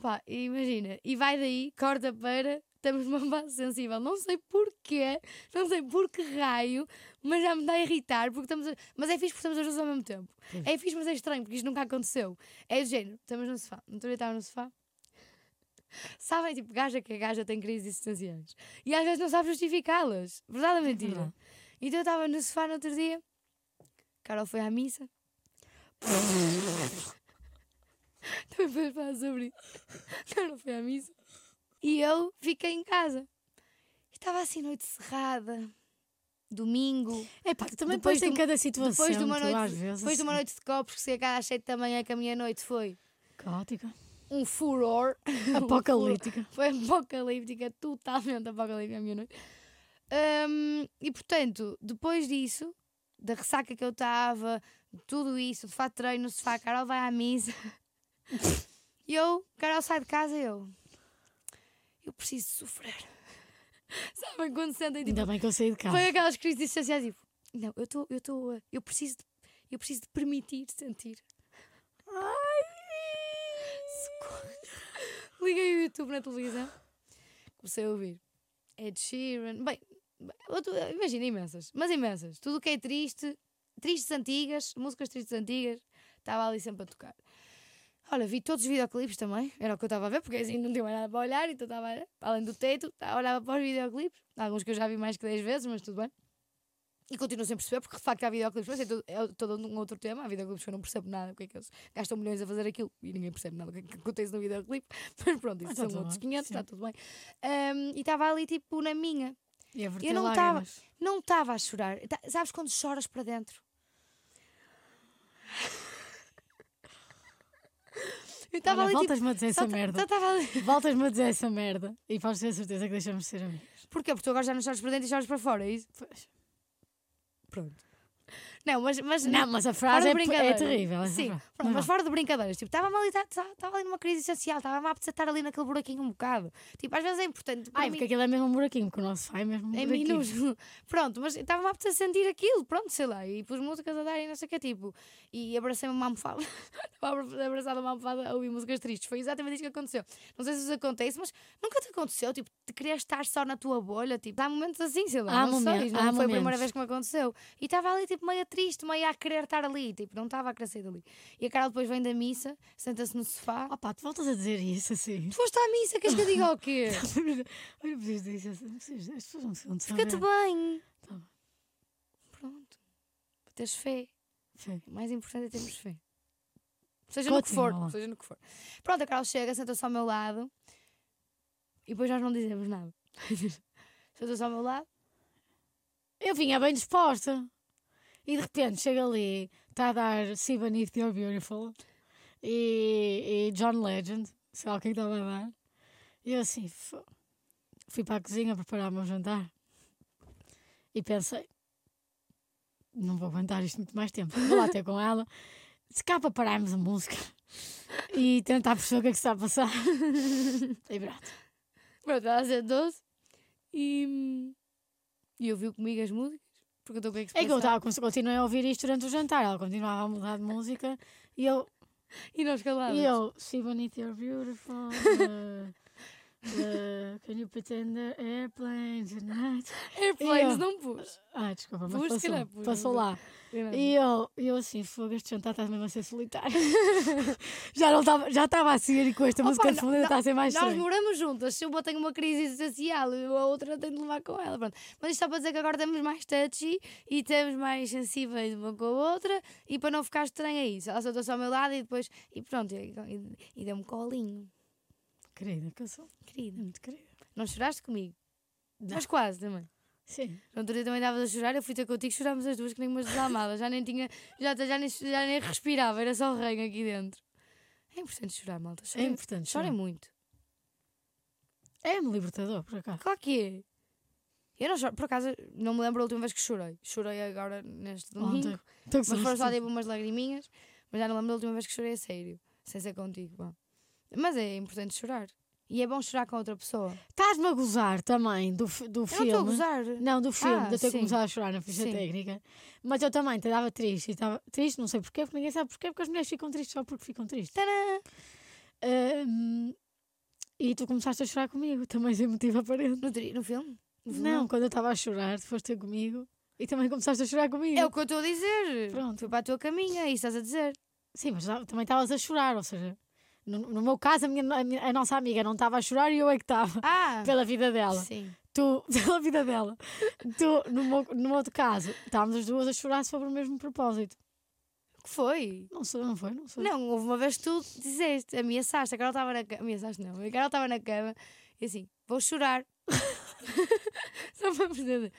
[SPEAKER 1] Pá, e imagina. E vai daí, corta para. Estamos numa [laughs] fase sensível. Não sei porquê, não sei por que raio, mas já me está a irritar. Porque estamos a- Mas é fixe porque estamos as duas ao mesmo tempo. É fixe, mas é estranho porque isto nunca aconteceu. É do género, estamos no sofá. Não estou estava no sofá. Sabem, tipo, gaja que a gaja tem crises existenciais. E às vezes não sabe justificá-las. Verdade ou mentira?
[SPEAKER 2] verdade.
[SPEAKER 1] Então eu estava no sofá no outro dia. Carol foi à missa. Também foi falar sobre isso. Carol foi à missa. E eu fiquei em casa. Estava assim, noite cerrada. Domingo.
[SPEAKER 2] É pá, tu também
[SPEAKER 1] Depois
[SPEAKER 2] depois em
[SPEAKER 1] de-
[SPEAKER 2] cada situação,
[SPEAKER 1] Depois de uma
[SPEAKER 2] tu, às
[SPEAKER 1] noite,
[SPEAKER 2] vezes,
[SPEAKER 1] depois de uma
[SPEAKER 2] assim,
[SPEAKER 1] noite de copos que se acaba às 7 da manhã, que a minha noite foi
[SPEAKER 2] caótica,
[SPEAKER 1] [laughs] um furor. [laughs]
[SPEAKER 2] apocalíptica.
[SPEAKER 1] Foi apocalíptica, totalmente apocalíptica a minha noite. Hum, e portanto, depois disso, da ressaca que eu estava, tudo isso, de fato treino no sofá, Carol vai à missa. [laughs] E eu, Carol sai de casa e eu. Eu preciso sofrer. [laughs] Sabem quando sentem tipo,
[SPEAKER 2] [laughs] Ainda bem que eu saí de casa.
[SPEAKER 1] foi aquelas crises existenciais tipo, não, eu estou, eu estou, eu preciso de, eu preciso de permitir sentir. Socorro. [laughs] Liguei o YouTube na televisão, comecei a ouvir Ed Sheeran, bem, outro- imagina imensas, mas imensas, tudo o que é triste, tristes antigas, músicas tristes antigas, estava ali sempre a tocar. Olha, vi todos os videoclipes também, era o que eu estava a ver, porque assim não tinha mais nada para olhar, então estava, a- além do teto, tá- olhava para os videoclipes, alguns que eu já vi mais que 10 vezes, mas tudo bem. E continuo sem perceber, porque de facto há videoclipes, mas é todo, é todo um outro tema, há videoclipes que eu não percebo nada, o que é que eles gastam milhões a fazer aquilo e ninguém percebe nada do que, é que acontece no videoclipe, [laughs] mas pronto, isso
[SPEAKER 2] Ah, tá
[SPEAKER 1] são
[SPEAKER 2] tudo
[SPEAKER 1] outros
[SPEAKER 2] bem,
[SPEAKER 1] 500,
[SPEAKER 2] sim.
[SPEAKER 1] está tudo bem. Ahm, e estava ali tipo na minha,
[SPEAKER 2] E a verter
[SPEAKER 1] Eu não tava-
[SPEAKER 2] lágrimas.
[SPEAKER 1] não estava a chorar, Tá- sabes quando choras para dentro? Eu estava ali
[SPEAKER 2] Olha,
[SPEAKER 1] tipo,
[SPEAKER 2] Voltas-me a dizer
[SPEAKER 1] só
[SPEAKER 2] essa
[SPEAKER 1] ta-
[SPEAKER 2] merda.
[SPEAKER 1] só estava ali.
[SPEAKER 2] Voltas-me a dizer essa merda. E podes ter certeza que deixamos de ser amigos.
[SPEAKER 1] Porquê? Porque tu agora já não choras para dentro e choras para fora, é isso?
[SPEAKER 2] Pois.
[SPEAKER 1] Pronto. Não, mas, mas
[SPEAKER 2] Não, mas a
[SPEAKER 1] fora
[SPEAKER 2] frase
[SPEAKER 1] de
[SPEAKER 2] é, é
[SPEAKER 1] brincadeira.
[SPEAKER 2] terrível. essa
[SPEAKER 1] Sim,
[SPEAKER 2] frase.
[SPEAKER 1] pronto, mas
[SPEAKER 2] vá.
[SPEAKER 1] fora de brincadeiras. Tipo, estava ali, estava ali numa crise essencial, estava-me a apetecer estar ali naquele buraquinho um bocado. Tipo, às vezes é importante. para
[SPEAKER 2] Ai,
[SPEAKER 1] mim-
[SPEAKER 2] porque aquilo é mesmo um buraquinho, porque o nosso pai é mesmo um
[SPEAKER 1] em
[SPEAKER 2] buraquinho.
[SPEAKER 1] minúsculo. [laughs] Pronto, mas estava-me apto a sentir aquilo, pronto, sei lá. E pus músicas a dar e não sei o que, tipo. E abracei-me uma almofada. [laughs] Estava abra- abraçada a uma almofada a ouvir músicas tristes. Foi exatamente isso que aconteceu. Não sei se isso acontece, mas nunca te aconteceu, tipo, de querer estar só na tua bolha, tipo. Há momentos assim, sei lá.
[SPEAKER 2] Há
[SPEAKER 1] não
[SPEAKER 2] momen-
[SPEAKER 1] sei, não
[SPEAKER 2] há
[SPEAKER 1] foi a primeira
[SPEAKER 2] momentos.
[SPEAKER 1] vez que me aconteceu. E estava ali, tipo, meio triste, meio a querer estar ali, tipo, não estava a crescer dali. E a Carol depois vem da missa, senta-se no sofá.
[SPEAKER 2] Oh pá, tu voltas a dizer isso assim. [laughs]
[SPEAKER 1] Tu foste à missa, queres que eu diga o quê?
[SPEAKER 2] Olha, não precisas dizer isso assim. Não precisas, as pessoas não precisam de
[SPEAKER 1] Fica-te
[SPEAKER 2] saber.
[SPEAKER 1] bem.
[SPEAKER 2] Tá bem.
[SPEAKER 1] Pronto. Para teres fé.
[SPEAKER 2] Sim.
[SPEAKER 1] O mais importante é termos fé. Seja
[SPEAKER 2] Continua
[SPEAKER 1] no que
[SPEAKER 2] lá.
[SPEAKER 1] for, seja no que for. Pronto, a Carol chega, senta-se ao meu lado e depois nós não dizemos nada. [laughs] senta-se ao meu lado.
[SPEAKER 2] Eu vinha bem disposta. E de repente chega ali, está a dar See Beneath Your Beautiful e, e John Legend, sei lá o que é que estava a dar. E eu assim, fo- fui para a cozinha preparar o meu jantar e pensei, não vou aguentar isto muito mais tempo, vou lá ter com ela. Se cá para pararmos a música e tentar perceber o que é que se está a passar. E pronto.
[SPEAKER 1] Pronto, ela sentou-se e, e ouviu comigo as músicas. Perguntou o que é que se
[SPEAKER 2] É que eu
[SPEAKER 1] passava.
[SPEAKER 2] estava, continuei a ouvir isto durante o jantar, ela continuava a mudar de música e eu
[SPEAKER 1] E nós calámos.
[SPEAKER 2] E eu, see beneath your beautiful. uh, uh, can you pretend they're airplanes [laughs] tonight?
[SPEAKER 1] Airplanes,
[SPEAKER 2] E eu-
[SPEAKER 1] não pus.
[SPEAKER 2] Ai, desculpa, mas
[SPEAKER 1] Pus, se
[SPEAKER 2] passou,
[SPEAKER 1] calhar pus,
[SPEAKER 2] passou
[SPEAKER 1] não
[SPEAKER 2] lá. E eu, e eu assim, fogo, este jantar está mesmo a ser solitário. [laughs] já não estava, já estava a seguir e com esta
[SPEAKER 1] Opa,
[SPEAKER 2] música de
[SPEAKER 1] não-
[SPEAKER 2] fundo ainda está a ser mais
[SPEAKER 1] Nós
[SPEAKER 2] estranho.
[SPEAKER 1] moramos juntas. Se uma tem uma crise existencial, a outra tem de levar com ela. Pronto. Mas isto só para dizer que agora estamos mais touchy e estamos mais sensíveis uma com a outra e para não ficar estranho é isso. Ela sentou-se ao meu lado e depois. E pronto, e, e, e deu-me colinho.
[SPEAKER 2] Querida, que eu sou
[SPEAKER 1] Querida,
[SPEAKER 2] muito querida.
[SPEAKER 1] não choraste comigo?
[SPEAKER 2] Não.
[SPEAKER 1] Mas quase também.
[SPEAKER 2] Sim.
[SPEAKER 1] No outro dia também estavas a chorar, eu fui ter contigo, chorámos as duas que nem umas desalmadas. Já nem tinha. Já, já, nem, já nem respirava, era só reino aqui dentro. É importante chorar, malta.
[SPEAKER 2] É
[SPEAKER 1] Chorem,
[SPEAKER 2] importante.
[SPEAKER 1] chorem
[SPEAKER 2] sim.
[SPEAKER 1] muito.
[SPEAKER 2] É-me libertador, por acaso.
[SPEAKER 1] Claro que é. Eu não choro, por acaso, não me lembro a última vez que chorei. Chorei agora neste domingo.
[SPEAKER 2] Ontem. Estou que
[SPEAKER 1] Mas foram só
[SPEAKER 2] sorrir.
[SPEAKER 1] tipo umas lagriminhas. Mas já não lembro a última vez que chorei a sério. Sem ser contigo. vá. Mas é importante chorar. E é bom chorar com outra pessoa.
[SPEAKER 2] Estás-me a gozar também do, fi- do
[SPEAKER 1] Eu
[SPEAKER 2] filme.
[SPEAKER 1] não estou a gozar.
[SPEAKER 2] Não, do filme,
[SPEAKER 1] Ah,
[SPEAKER 2] de eu ter
[SPEAKER 1] sim.
[SPEAKER 2] começado a chorar na ficha
[SPEAKER 1] Sim.
[SPEAKER 2] técnica. Mas eu também te dava triste. e Estava triste, não sei porquê, porque ninguém sabe porquê, porque as mulheres ficam tristes só porque ficam tristes.
[SPEAKER 1] Tadã!
[SPEAKER 2] Ahm, e tu começaste a chorar comigo, também sem motivo aparente.
[SPEAKER 1] No, tri- no filme? No filme
[SPEAKER 2] Não, quando eu estava a chorar, tu foste ter comigo e também começaste a chorar comigo.
[SPEAKER 1] É o que eu estou a dizer.
[SPEAKER 2] Pronto.
[SPEAKER 1] Foi para a tua caminha, é isso estás a dizer.
[SPEAKER 2] Sim, mas já- também estavas a chorar, ou seja, no, no meu caso, a, minha, a, minha- a nossa amiga não estava a chorar e eu é que estava.
[SPEAKER 1] Ah!
[SPEAKER 2] Pela vida dela.
[SPEAKER 1] Sim.
[SPEAKER 2] Tu, [laughs] pela vida dela. Tu, no meu, no meu outro caso, estávamos as duas a chorar sobre o mesmo propósito.
[SPEAKER 1] O que foi?
[SPEAKER 2] Não sei, não foi? Não sei.
[SPEAKER 1] Não, houve uma vez que tu disseste, ameaçaste, a Carol estava na cama, ameaçaste não, a Carol estava na cama e assim, vou chorar. Só para perceber.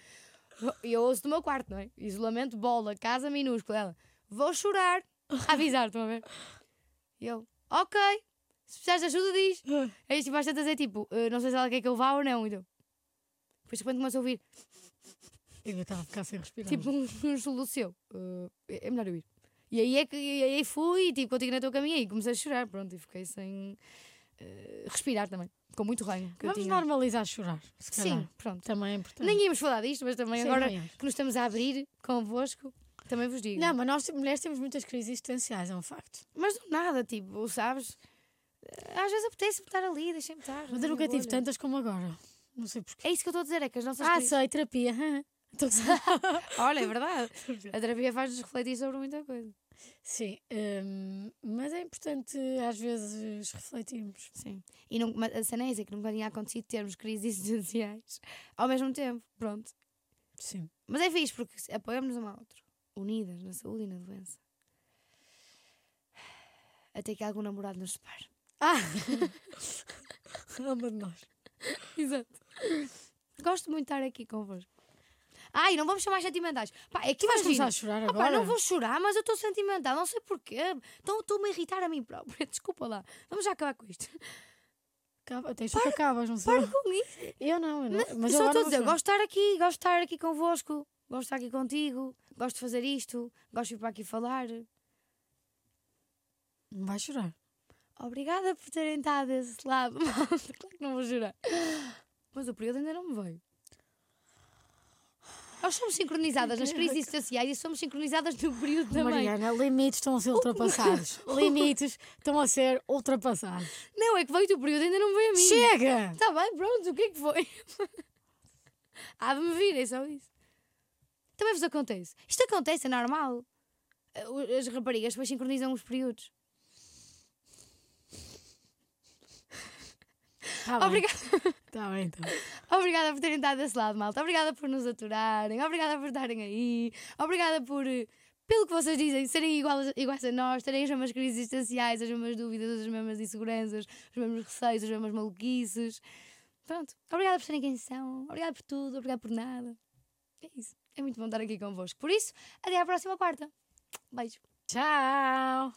[SPEAKER 1] E eu ouço do meu quarto, não é? Isolamento, bola, casa minúscula. Ela, vou chorar. A avisar, estão a ver? E eu, ok,
[SPEAKER 2] Ah.
[SPEAKER 1] se precisares de ajuda, diz. Aí tipo, às tantas é tipo, "Eh, não sei se ela quer que eu vá ou não. Então, Depois de repente começo a ouvir
[SPEAKER 2] Eu estava a ficar sem respirar.
[SPEAKER 1] tipo um, um soluceu. Uh, é é melhor eu ir. E aí é que e aí fui, tipo, continuei o teu caminho e comecei a chorar, pronto, e fiquei sem eh, respirar também, com muito ranho. que eu
[SPEAKER 2] Vamos
[SPEAKER 1] tinha.
[SPEAKER 2] normalizar chorar, se calhar.
[SPEAKER 1] Sim, pronto.
[SPEAKER 2] Também é importante.
[SPEAKER 1] Nem íamos falar disto, mas também
[SPEAKER 2] Sim,
[SPEAKER 1] agora
[SPEAKER 2] não é?
[SPEAKER 1] que nos estamos a abrir convosco, também vos digo.
[SPEAKER 2] Não, mas nós mulheres temos muitas crises existenciais, é um facto.
[SPEAKER 1] Mas do nada, tipo, sabes? Eh, Às vezes apetece-me estar ali, deixem-me estar.
[SPEAKER 2] Mas
[SPEAKER 1] na
[SPEAKER 2] eu nunca tive
[SPEAKER 1] bolha.
[SPEAKER 2] tantas como agora. Não sei porquê.
[SPEAKER 1] É isso que eu estou a dizer, é que as nossas.
[SPEAKER 2] Ah,
[SPEAKER 1] cri-
[SPEAKER 2] sei, terapia. hã? Então, [laughs]
[SPEAKER 1] Olha, é verdade. A terapia faz-nos refletir sobre muita coisa.
[SPEAKER 2] Sim, hum, mas é importante às vezes refletirmos.
[SPEAKER 1] Sim. E não, mas a cena é essa, que nunca tinha acontecido termos crises [laughs] existenciais ao mesmo tempo. Pronto. [laughs]
[SPEAKER 2] Sim.
[SPEAKER 1] Mas é fixe, porque apoiamos-nos uma à outra. Unidas na saúde e na doença. Até que algum namorado nos separe.
[SPEAKER 2] Ah! Alma de nós.
[SPEAKER 1] Exato. Gosto muito de estar aqui convosco. Ai, não vamos chamar sentimentais. Pá, é que
[SPEAKER 2] Tu vais começar
[SPEAKER 1] imagina.
[SPEAKER 2] a chorar
[SPEAKER 1] Ah, pá,
[SPEAKER 2] agora?
[SPEAKER 1] não vou chorar, mas eu estou sentimental, não sei porquê. Então Estou-me a irritar a mim própria. [laughs] Desculpa lá. Vamos já acabar com isto.
[SPEAKER 2] Acaba, tens tu que acabas, não sei.
[SPEAKER 1] Para com isso.
[SPEAKER 2] Eu não, eu não. Mas
[SPEAKER 1] Só estou
[SPEAKER 2] agora
[SPEAKER 1] a
[SPEAKER 2] vou
[SPEAKER 1] dizer,
[SPEAKER 2] chorar.
[SPEAKER 1] gosto de estar aqui, gosto de estar aqui convosco, gosto de estar aqui contigo, gosto de fazer isto, gosto de ir para aqui falar.
[SPEAKER 2] Não vais chorar.
[SPEAKER 1] Obrigada por terem estado desse lado, [laughs] malta. Claro que não vou jurar. Mas o período ainda não me veio. Nós somos sincronizadas nas crises existenciais e somos sincronizadas no período também.
[SPEAKER 2] Mariana, limites estão a [laughs] ser ultrapassados. limites estão a ser ultrapassados.
[SPEAKER 1] Não, é que veio o período ainda não me veio a mim.
[SPEAKER 2] Chega!
[SPEAKER 1] Está bem, pronto, o que é que foi? [laughs] Há de me vir, é só isso. Também vos acontece. Isto acontece, é normal. Eh, o- As raparigas depois sincronizam os períodos.
[SPEAKER 2] Tá bem.
[SPEAKER 1] Obrigada,
[SPEAKER 2] Tá bem, então.
[SPEAKER 1] obrigada por terem estado desse lado, malta. Obrigada por nos aturarem. Obrigada por estarem aí. Obrigada por, eh, pelo que vocês dizem, serem iguais, iguais a nós, terem as mesmas crises existenciais, as mesmas dúvidas, as mesmas inseguranças, os mesmos receios, as mesmas maluquices. Pronto. Obrigada por serem quem são. Obrigada por tudo. Obrigada por nada. É isso. É muito bom estar aqui convosco. Por isso, até à próxima quarta. Beijo.
[SPEAKER 2] Tchau!